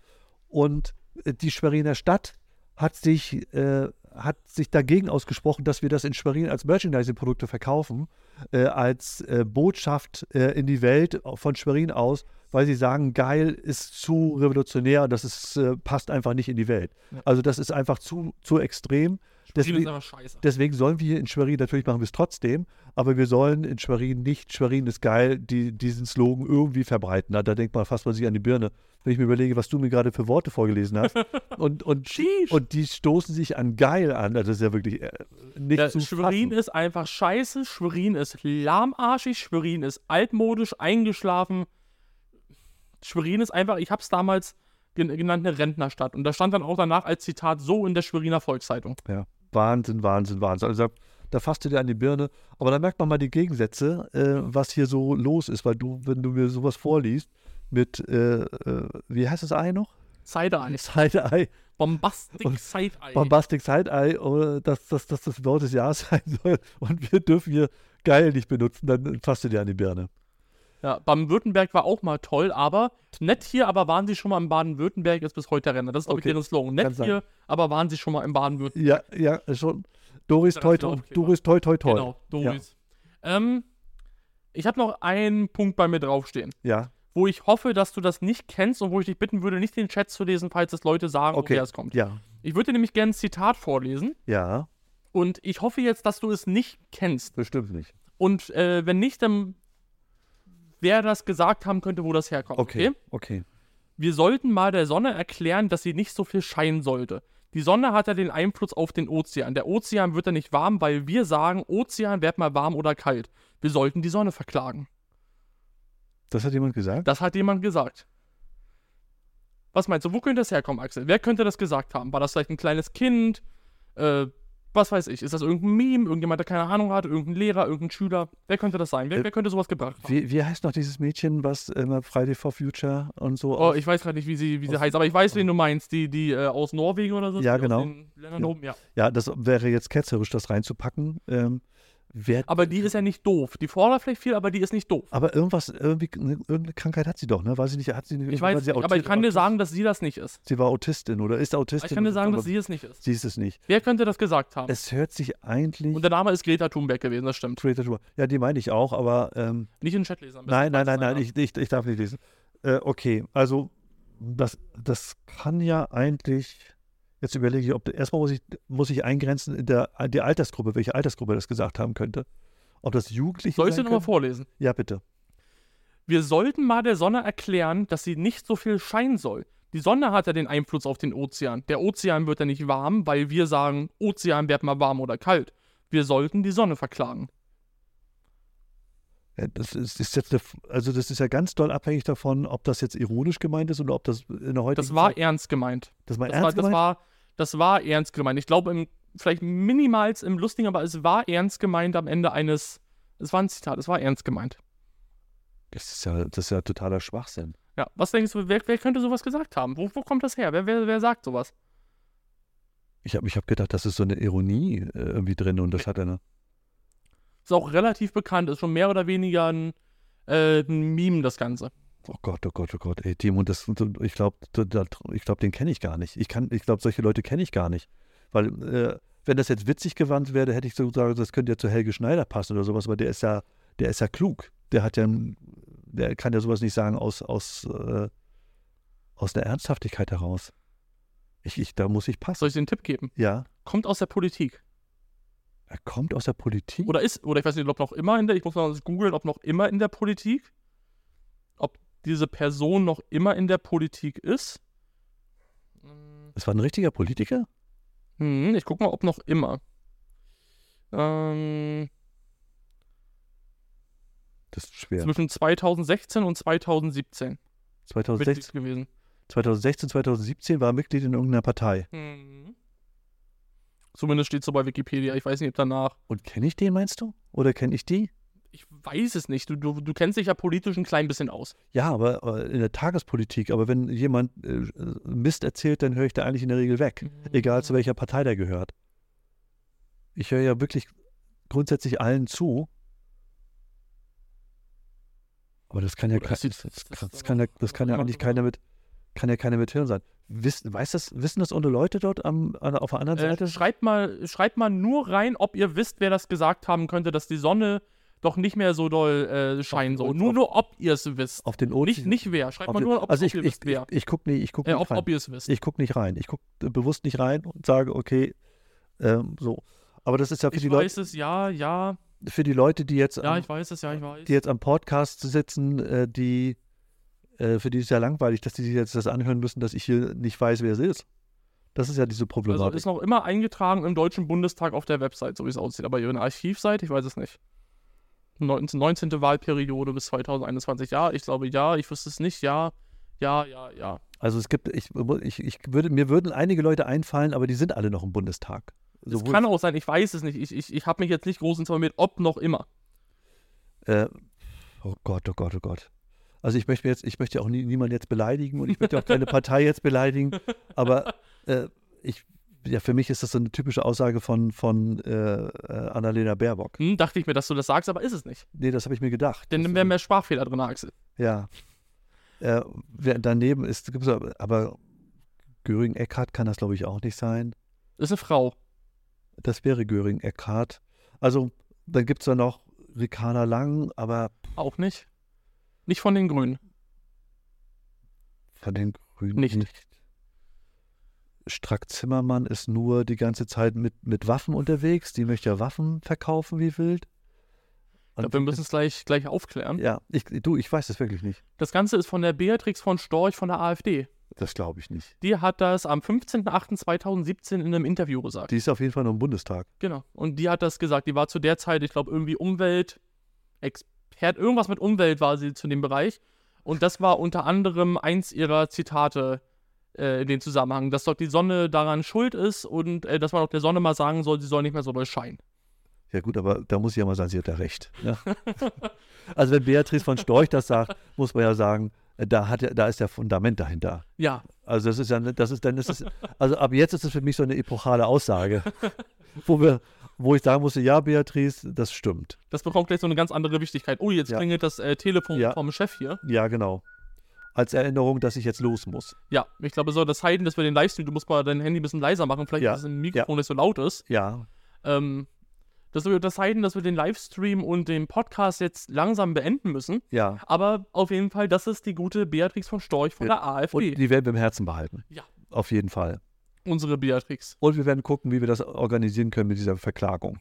S2: Und äh, die Schweriner Stadt hat sich, äh, hat sich dagegen ausgesprochen, dass wir das in Schwerin als Merchandising-Produkte verkaufen, äh, als äh, Botschaft äh, in die Welt von Schwerin aus, weil sie sagen, geil ist zu revolutionär und das ist, äh, passt einfach nicht in die Welt. Also das ist einfach zu, zu extrem.
S1: Deswegen, ist
S2: Deswegen,
S1: einfach scheiße.
S2: Deswegen sollen wir hier in Schwerin, natürlich machen wir es trotzdem, aber wir sollen in Schwerin nicht, Schwerin ist geil, die, diesen Slogan irgendwie verbreiten. Na, Da denkt man fast mal sich an die Birne, wenn ich mir überlege, was du mir gerade für Worte vorgelesen hast. Und, und,
S1: Sheesh.
S2: und die stoßen sich an geil an. Also Das ist ja wirklich äh, nicht
S1: Ja,
S2: zu
S1: Schwerin
S2: fassen.
S1: ist einfach scheiße. Schwerin ist lahmarschig. Schwerin ist altmodisch, eingeschlafen. Schwerin ist einfach, ich habe es damals gen genannt, eine Rentnerstadt. Und da stand dann auch danach als Zitat so in der Schweriner Volkszeitung.
S2: Ja, Wahnsinn, Wahnsinn, Wahnsinn. Also da- da fasst du dir an die Birne. Aber da merkt man mal die Gegensätze, äh, was hier so los ist, weil du, wenn du mir sowas vorliest, mit, äh, äh, wie heißt das Ei noch?
S1: Side-Eye.
S2: Side-Eye.
S1: Hm. Bombastic
S2: Und-
S1: Side-Eye.
S2: Bombastic Side-Eye, oder dass das, das das Wort des Jahres sein soll und wir dürfen hier geil nicht benutzen, dann fasst du dir an die Birne.
S1: ja, Baden-Württemberg war auch mal toll, aber nett hier, aber waren sie schon mal in Baden-Württemberg, ist bis heute der Renner. Das ist, glaube
S2: Okay.
S1: ich, deren Slogan.
S2: Kann
S1: Nett
S2: sein.
S1: hier, aber waren sie schon mal in Baden-Württemberg.
S2: Ja, ja, schon. Doris,
S1: Das
S2: toi,
S1: ist der
S2: toi,
S1: Aufkleber.
S2: Doris, toi, toi, toi.
S1: Genau, Doris. Ähm, ich habe noch einen Punkt bei mir draufstehen,
S2: Ja,
S1: wo ich hoffe, dass du das nicht kennst und wo ich dich bitten würde, nicht den Chat zu lesen, falls es Leute sagen,
S2: Okay.
S1: woher es kommt.
S2: ja,
S1: Ich würde dir nämlich gerne ein Zitat vorlesen
S2: ja.
S1: und ich hoffe jetzt, dass du es nicht kennst.
S2: Bestimmt nicht.
S1: Und äh, wenn nicht, dann wer das gesagt haben könnte, wo das herkommt.
S2: Okay, okay.
S1: Wir sollten mal der Sonne erklären, dass sie nicht so viel scheinen sollte. Die Sonne hat ja den Einfluss auf den Ozean. Der Ozean wird ja nicht warm, weil wir sagen, Ozean werd mal warm oder kalt. Wir sollten die Sonne verklagen.
S2: Das hat jemand gesagt?
S1: Das hat jemand gesagt. Was meinst du, wo könnte das herkommen, Axel? Wer könnte das gesagt haben? War das vielleicht ein kleines Kind? Äh, was weiß ich? Ist das irgendein Meme? Irgendjemand, der keine Ahnung hat? Irgendein Lehrer? Irgendein Schüler? Wer könnte das sein? Wer,
S2: Äh,
S1: wer könnte sowas gebracht haben?
S2: Wie, wie heißt noch dieses Mädchen, was immer Friday for Future und so?
S1: Oh,
S2: aus-
S1: ich weiß gerade nicht, wie sie, wie sie
S2: aus-
S1: heißt, aber ich weiß, wen du meinst. Die, die äh, aus Norwegen oder so?
S2: Ja,
S1: die
S2: genau.
S1: Aus den Ländern
S2: Ja.
S1: oben, ja.
S2: ja, das wäre jetzt ketzerisch, das reinzupacken. Ähm, Wer,
S1: Aber die ist ja nicht doof. Die fordert vielleicht viel, aber die ist nicht doof.
S2: aber irgendwas, irgendwie, ne, irgendeine Krankheit hat sie doch, ne? Weiß ich nicht, hat sie nicht.
S1: Ich weiß,
S2: war sie
S1: nicht, aber ich
S2: Autist-
S1: kann dir sagen, dass sie das nicht ist.
S2: Sie war Autistin oder ist Autistin.
S1: Ich kann dir sagen,
S2: aber
S1: dass sie es nicht ist.
S2: Sie ist es nicht.
S1: Wer könnte das gesagt haben?
S2: Es hört sich eigentlich.
S1: Und der Name ist Greta Thunberg gewesen, das stimmt.
S2: Greta Thunberg- Ja, die meine ich auch, aber ähm,
S1: Nicht in den Chat lesen. am besten.
S2: nein, nein, nein,
S1: Nein,
S2: nein, ich, ich, ich darf nicht lesen. Äh, okay, also das, das kann ja eigentlich, jetzt überlege ich, ob erstmal muss ich, muss ich eingrenzen in der, die Altersgruppe, welche Altersgruppe das gesagt haben könnte. Ob das Jugendliche
S1: Soll ich dir
S2: sein
S1: nochmal
S2: können?
S1: vorlesen?
S2: Ja, bitte.
S1: Wir sollten mal der Sonne erklären, dass sie nicht so viel scheinen soll. Die Sonne hat ja den Einfluss auf den Ozean. Der Ozean wird ja nicht warm, weil wir sagen, Ozean wird mal warm oder kalt. Wir sollten die Sonne verklagen.
S2: Ja, Äh, Das ist, ist jetzt eine, F- also das ist ja ganz doll abhängig davon, ob das jetzt ironisch gemeint ist oder ob das in der heutigen
S1: Das war
S2: Zeit,
S1: ernst gemeint.
S2: das war
S1: Das
S2: ernst
S1: war, das
S2: gemeint?
S1: war, das war ernst gemeint. Ich glaube, im, vielleicht minimals im Lustigen, aber es war ernst gemeint am Ende eines. Es war ein Zitat, es war ernst gemeint.
S2: das, ist ja, das ist ja totaler Schwachsinn.
S1: Ja, was denkst du, wer, wer könnte sowas gesagt haben? Wo, wo kommt das her? Wer, wer, wer sagt sowas?
S2: Ich habe ich hab gedacht, das ist so eine Ironie äh, irgendwie drin und das hat eine.
S1: Ist auch relativ bekannt, ist schon mehr oder weniger ein, äh, ein Meme, das Ganze.
S2: Oh Gott, oh Gott, oh Gott, ey, Timo, das, ich glaube, ich glaub, den kenne ich gar nicht. Ich, kann- ich glaube, solche Leute kenne ich gar nicht. Weil, äh, wenn das jetzt witzig gewandt wäre, hätte ich so gesagt, das könnte ja zu Helge Schneider passen oder sowas, weil der ist ja, der ist ja klug. Der hat ja, ein- der kann ja sowas nicht sagen aus, aus, äh, aus der Ernsthaftigkeit heraus. Ich, ich, da muss ich passen.
S1: Soll ich dir einen Tipp geben?
S2: Ja,
S1: Kommt aus der Politik.
S2: er kommt aus der Politik.
S1: Oder ist, oder ich weiß nicht, ob noch immer in der, ich muss mal googeln, ob noch immer in der Politik, ob diese Person noch immer in der Politik ist.
S2: Das war ein richtiger Politiker?
S1: Hm, ich guck mal, ob noch immer. Ähm,
S2: Das ist schwer.
S1: Zwischen 2016 und 2017
S2: 2016,
S1: Mitglied gewesen.
S2: 2016, 2017 war er Mitglied in irgendeiner Partei.
S1: Hm. Zumindest steht so bei Wikipedia. Ich weiß nicht, ob danach.
S2: Und kenne ich den, meinst du? Oder kenne ich die?
S1: Ich weiß es nicht. Du, du, du kennst dich ja politisch ein klein bisschen aus.
S2: Ja, aber äh, in der Tagespolitik. Aber wenn jemand äh, Mist erzählt, dann höre ich da eigentlich in der Regel
S1: Mhm.
S2: weg. Egal zu welcher Partei der gehört. Ich höre ja wirklich grundsätzlich allen zu. Aber das kann ja,
S1: Oder
S2: kein-
S1: ist die-
S2: das, das,
S1: ist Oh, das
S2: kann-
S1: dann
S2: das kann ja,
S1: noch-
S2: das
S1: noch
S2: kann
S1: immer drüber?
S2: ja eigentlich keiner mit, kann ja keiner mit Hirn sein. Wissen, weiß das, wissen das unsere Leute dort am, an, auf der anderen
S1: Äh,
S2: Seite?
S1: schreibt, mal, schreibt mal nur rein, ob ihr wisst, wer das gesagt haben könnte, dass die Sonne doch nicht mehr so doll äh, scheinen soll.
S2: und
S1: Nur,
S2: ob-
S1: nur ob ihr es wisst.
S2: Auf den
S1: Nicht,
S2: Ozean?
S1: nicht wer. Schreibt
S2: Auf
S1: mal
S2: den-
S1: nur, ob,
S2: also
S1: ob
S2: ich,
S1: ihr
S2: ich,
S1: wisst, wer.
S2: ich gucke nicht, ich guck
S1: Äh,
S2: nicht
S1: ob,
S2: rein.
S1: ob ihr es wisst.
S2: Ich gucke nicht rein. Ich gucke bewusst nicht rein und sage, okay, ähm, so. Aber das ist ja für
S1: Ich
S2: die, Leute,
S1: weiß es, ja, ja.
S2: für die Leute, die jetzt,
S1: Ja,
S2: am,
S1: ich weiß es, ja, ich weiß.
S2: die jetzt am Podcast sitzen, äh, die, äh, für die ist ja langweilig, dass die sich jetzt das anhören müssen, dass ich hier nicht weiß, wer es ist. Das ist ja diese
S1: Also
S2: Problematik.
S1: ist noch immer eingetragen im Deutschen Bundestag auf der Website, so wie es aussieht. Aber ihr eine Archivseite, ich weiß es nicht. 19. 19. Wahlperiode bis 2021. Ja, ich glaube ja, ich wüsste es nicht. Ja, ja, ja, ja.
S2: also es gibt, ich, ich, ich würde, mir würden einige Leute einfallen, aber die sind alle noch im Bundestag.
S1: Es
S2: Sowohl-
S1: kann auch sein, ich weiß es nicht. Ich, ich, ich habe mich jetzt nicht groß informiert, ob noch immer.
S2: Äh, oh Gott, oh Gott, oh Gott. Also ich möchte mir jetzt, ich möchte auch nie, niemanden jetzt beleidigen und ich möchte auch keine Partei jetzt beleidigen, aber äh, ich, ja, für mich ist das so eine typische Aussage von, von äh, äh, Annalena Baerbock.
S1: Hm, dachte ich mir, dass du das sagst, aber ist es nicht.
S2: Nee, das habe ich mir gedacht.
S1: Denn dann
S2: das,
S1: wären mehr Sprachfehler drin, Axel.
S2: ja. Äh, wer daneben ist, gibt's aber, aber Göring Eckardt kann das, glaube ich, auch nicht sein.
S1: Ist eine Frau.
S2: Das wäre Göring Eckardt. Also, dann gibt es da noch Ricarda Lang, aber
S1: Auch nicht. Nicht von den Grünen.
S2: Von den Grünen
S1: Nicht.
S2: Strack Zimmermann ist nur die ganze Zeit mit, mit Waffen unterwegs. Die möchte ja Waffen verkaufen wie wild.
S1: Ich glaub, wir müssen es gleich, gleich aufklären.
S2: Ja, ich, du, ich weiß das wirklich nicht.
S1: Das Ganze ist von der Beatrix von Storch von der AfD.
S2: Das glaube ich nicht.
S1: Die hat das am 15.08.2017 in einem Interview gesagt.
S2: Die ist auf jeden Fall noch im Bundestag.
S1: Genau. Und die hat das gesagt. Die war zu der Zeit, ich glaube, irgendwie Umwelt, Expert, irgendwas mit Umwelt war sie zu dem Bereich. Und das war unter anderem eins ihrer Zitate äh, in dem Zusammenhang, dass doch die Sonne daran schuld ist und äh, dass man auch der Sonne mal sagen soll, sie soll nicht mehr so doll scheinen.
S2: Ja gut, aber da muss ich ja mal sagen, sie hat ja recht. Ne? also wenn Beatrice von Storch das sagt, muss man ja sagen, da, hat, ja- da ist ja Fundament dahinter.
S1: Ja,
S2: Also das ist ja, das ist, dann ist es, also ab jetzt ist es für mich so eine epochale Aussage, wo wir wo ich sagen musste, ja, Beatrice, das stimmt.
S1: Das bekommt gleich so eine ganz andere Wichtigkeit. Oh, jetzt
S2: Ja.
S1: klingelt das äh, Telefon
S2: Ja.
S1: vom Chef hier.
S2: Ja, genau. Als Erinnerung, dass ich jetzt los muss.
S1: Ja, ich glaube, so das Heiden, dass wir den Livestream, du musst mal dein Handy ein bisschen leiser machen, vielleicht
S2: Ja.
S1: ist es im Mikrofon nicht so laut ist.
S2: Ja,
S1: Ähm, dass wir das Heiden, dass wir den Livestream und den Podcast jetzt langsam beenden müssen.
S2: ja.
S1: Aber auf jeden Fall, das ist die gute Beatrix von Storch von
S2: Ja.
S1: der AfD.
S2: Und die werden wir im Herzen behalten.
S1: Ja.
S2: Auf jeden Fall.
S1: Unsere Beatrix.
S2: Und wir werden gucken, wie wir das organisieren können mit dieser Verklagung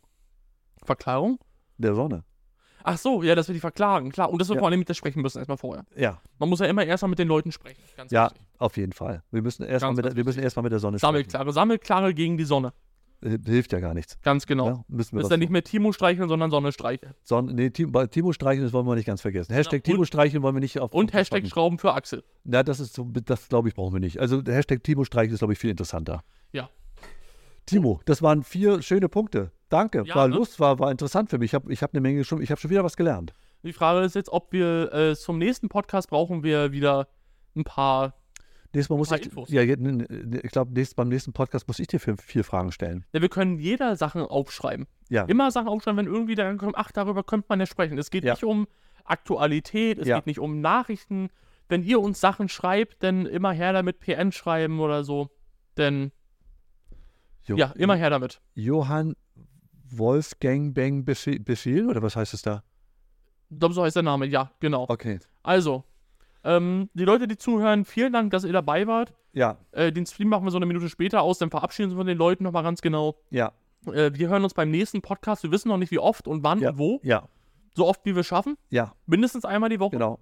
S1: Verklagung?
S2: der Sonne.
S1: Ach so, ja, dass wir die verklagen, klar. Und dass wir
S2: Ja.
S1: vor allem mit der sprechen müssen, erstmal vorher.
S2: Ja,
S1: Man muss ja immer erstmal mit den Leuten sprechen. Ganz
S2: ja,
S1: wichtig.
S2: auf jeden Fall. Wir müssen erstmal
S1: Ganz,
S2: mit,
S1: ganz
S2: der- wir müssen erstmal mit der Sonne
S1: Sammelklare, Sammelklare gegen die Sonne.
S2: sprechen. Äh, Hilft ja gar nichts.
S1: Ganz genau.
S2: Ja, müssen wir
S1: Ist
S2: was
S1: dann nicht mehr Timo streicheln, sondern Sonne streicheln.
S2: Son nee, Timo, bei Timo Streicheln, das wollen wir nicht ganz vergessen. Hashtag
S1: Ja, Genau. und-
S2: Timo Streicheln wollen wir nicht auf.
S1: Und Hashtag
S2: auf-
S1: Schrauben für Axel.
S2: Na, das ist so, das glaube ich, brauchen wir nicht. Also der Hashtag Timo Streicheln ist, glaube ich, viel interessanter.
S1: Ja.
S2: Timo, das waren vier schöne Punkte. Danke.
S1: Ja,
S2: war
S1: ne?
S2: Lust, war, war interessant für mich. Ich habe ich hab eine Menge schon, ich habe schon wieder was gelernt.
S1: Die Frage ist jetzt, ob wir äh, zum nächsten Podcast brauchen wir wieder ein paar.
S2: Nächstes Mal muss
S1: Ein paar
S2: ich.
S1: Infos.
S2: Ja, jetzt- n- n- ich glaube, nächst, beim nächsten Podcast muss ich dir vier, vier Fragen stellen.
S1: Ja, wir können jeder Sachen aufschreiben.
S2: Ja.
S1: Immer Sachen aufschreiben, wenn irgendwie da kommt, ach, darüber könnte man ja sprechen. Es geht
S2: Ja.
S1: nicht um Aktualität, es
S2: Ja.
S1: geht nicht um Nachrichten. Wenn ihr uns Sachen schreibt, dann immer her damit PN schreiben oder so. Denn
S2: Jo-
S1: ja, immer her damit.
S2: Johann Wolfgang Beng Befehl, Befehl oder was heißt es da?
S1: Ich glaube, so heißt der Name. Ja, genau.
S2: Okay.
S1: Also, ähm, die Leute, die zuhören, vielen Dank, dass ihr dabei wart.
S2: Ja,
S1: Äh, den Stream machen wir so eine Minute später aus, dann verabschieden wir von den Leuten nochmal ganz genau.
S2: ja,
S1: Äh, wir hören uns beim nächsten Podcast. Wir wissen noch nicht, wie oft und wann
S2: Ja.
S1: und Hm, wo.
S2: ja,
S1: So oft, wie wir schaffen.
S2: ja,
S1: Mindestens einmal die Woche.
S2: genau.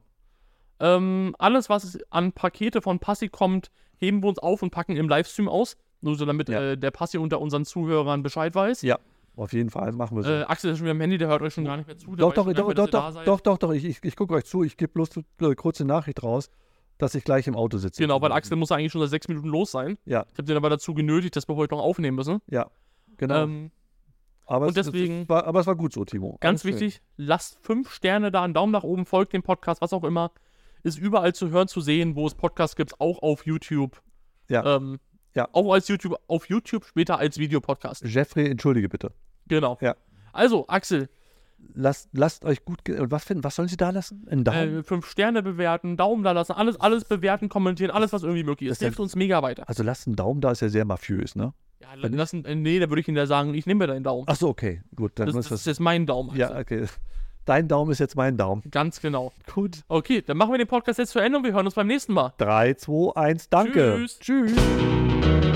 S1: Ähm, alles, was es an Pakete von Passi kommt, heben wir uns auf und packen im Livestream aus. Nur so, damit
S2: Ja.
S1: äh, der Passi unter unseren Zuhörern Bescheid weiß.
S2: Ja, auf jeden Fall machen wir so.
S1: Äh, Axel ist schon wieder am Handy, der hört euch schon gar nicht mehr zu. der
S2: Doch,
S1: weiß
S2: doch,
S1: schon gar
S2: doch,
S1: nicht mehr,
S2: doch,
S1: dass ne, ihr da
S2: doch,
S1: seid.
S2: doch, doch, doch, ich, ich, ich gucke euch zu, ich gebe bloß eine kurze Nachricht raus, dass ich gleich im Auto sitze.
S1: Genau, weil Axel muss eigentlich schon seit sechs Minuten los sein.
S2: Ja,
S1: Ich habe den aber dazu genötigt, dass wir heute noch aufnehmen müssen.
S2: ja, genau.
S1: Ähm,
S2: aber,
S1: und
S2: es,
S1: deswegen-
S2: es war, aber es war gut so, Timo.
S1: Ganz
S2: Alles schön.
S1: wichtig, lasst fünf Sterne da, einen Daumen nach oben, folgt dem Podcast, was auch immer. Ist überall zu hören, zu sehen, wo es Podcasts gibt, auch auf YouTube.
S2: Ja.
S1: Ähm,
S2: Ja.
S1: Auch als YouTube, auf YouTube, später als Videopodcast.
S2: Jeffrey, entschuldige bitte.
S1: Genau.
S2: Ja.
S1: Also, Axel,
S2: Lasst, lasst euch gut. ge- Und was, finden, was sollen Sie da lassen? Einen Daumen?
S1: äh, fünf Sterne bewerten, Daumen da lassen, alles, alles bewerten, kommentieren, alles, was irgendwie möglich ist.
S2: Das ist ja-
S1: Hilft uns mega weiter.
S2: also lasst einen Daumen da, ist ja sehr mafiös, ne?
S1: Ja, lassen, äh, nee, da würde ich Ihnen ja sagen, ich nehme mir deinen Daumen.
S2: Achso, okay, gut, dann
S1: Das,
S2: ist
S1: das
S2: das.
S1: ist jetzt mein Daumen.
S2: ja,
S1: Axel.
S2: okay. Dein Daumen ist jetzt mein Daumen.
S1: Ganz genau.
S2: Gut.
S1: Okay, dann machen wir den Podcast jetzt zu Ende und wir hören uns beim nächsten Mal.
S2: Drei, zwei, eins. danke.
S1: Tschüss.
S2: Tschüss.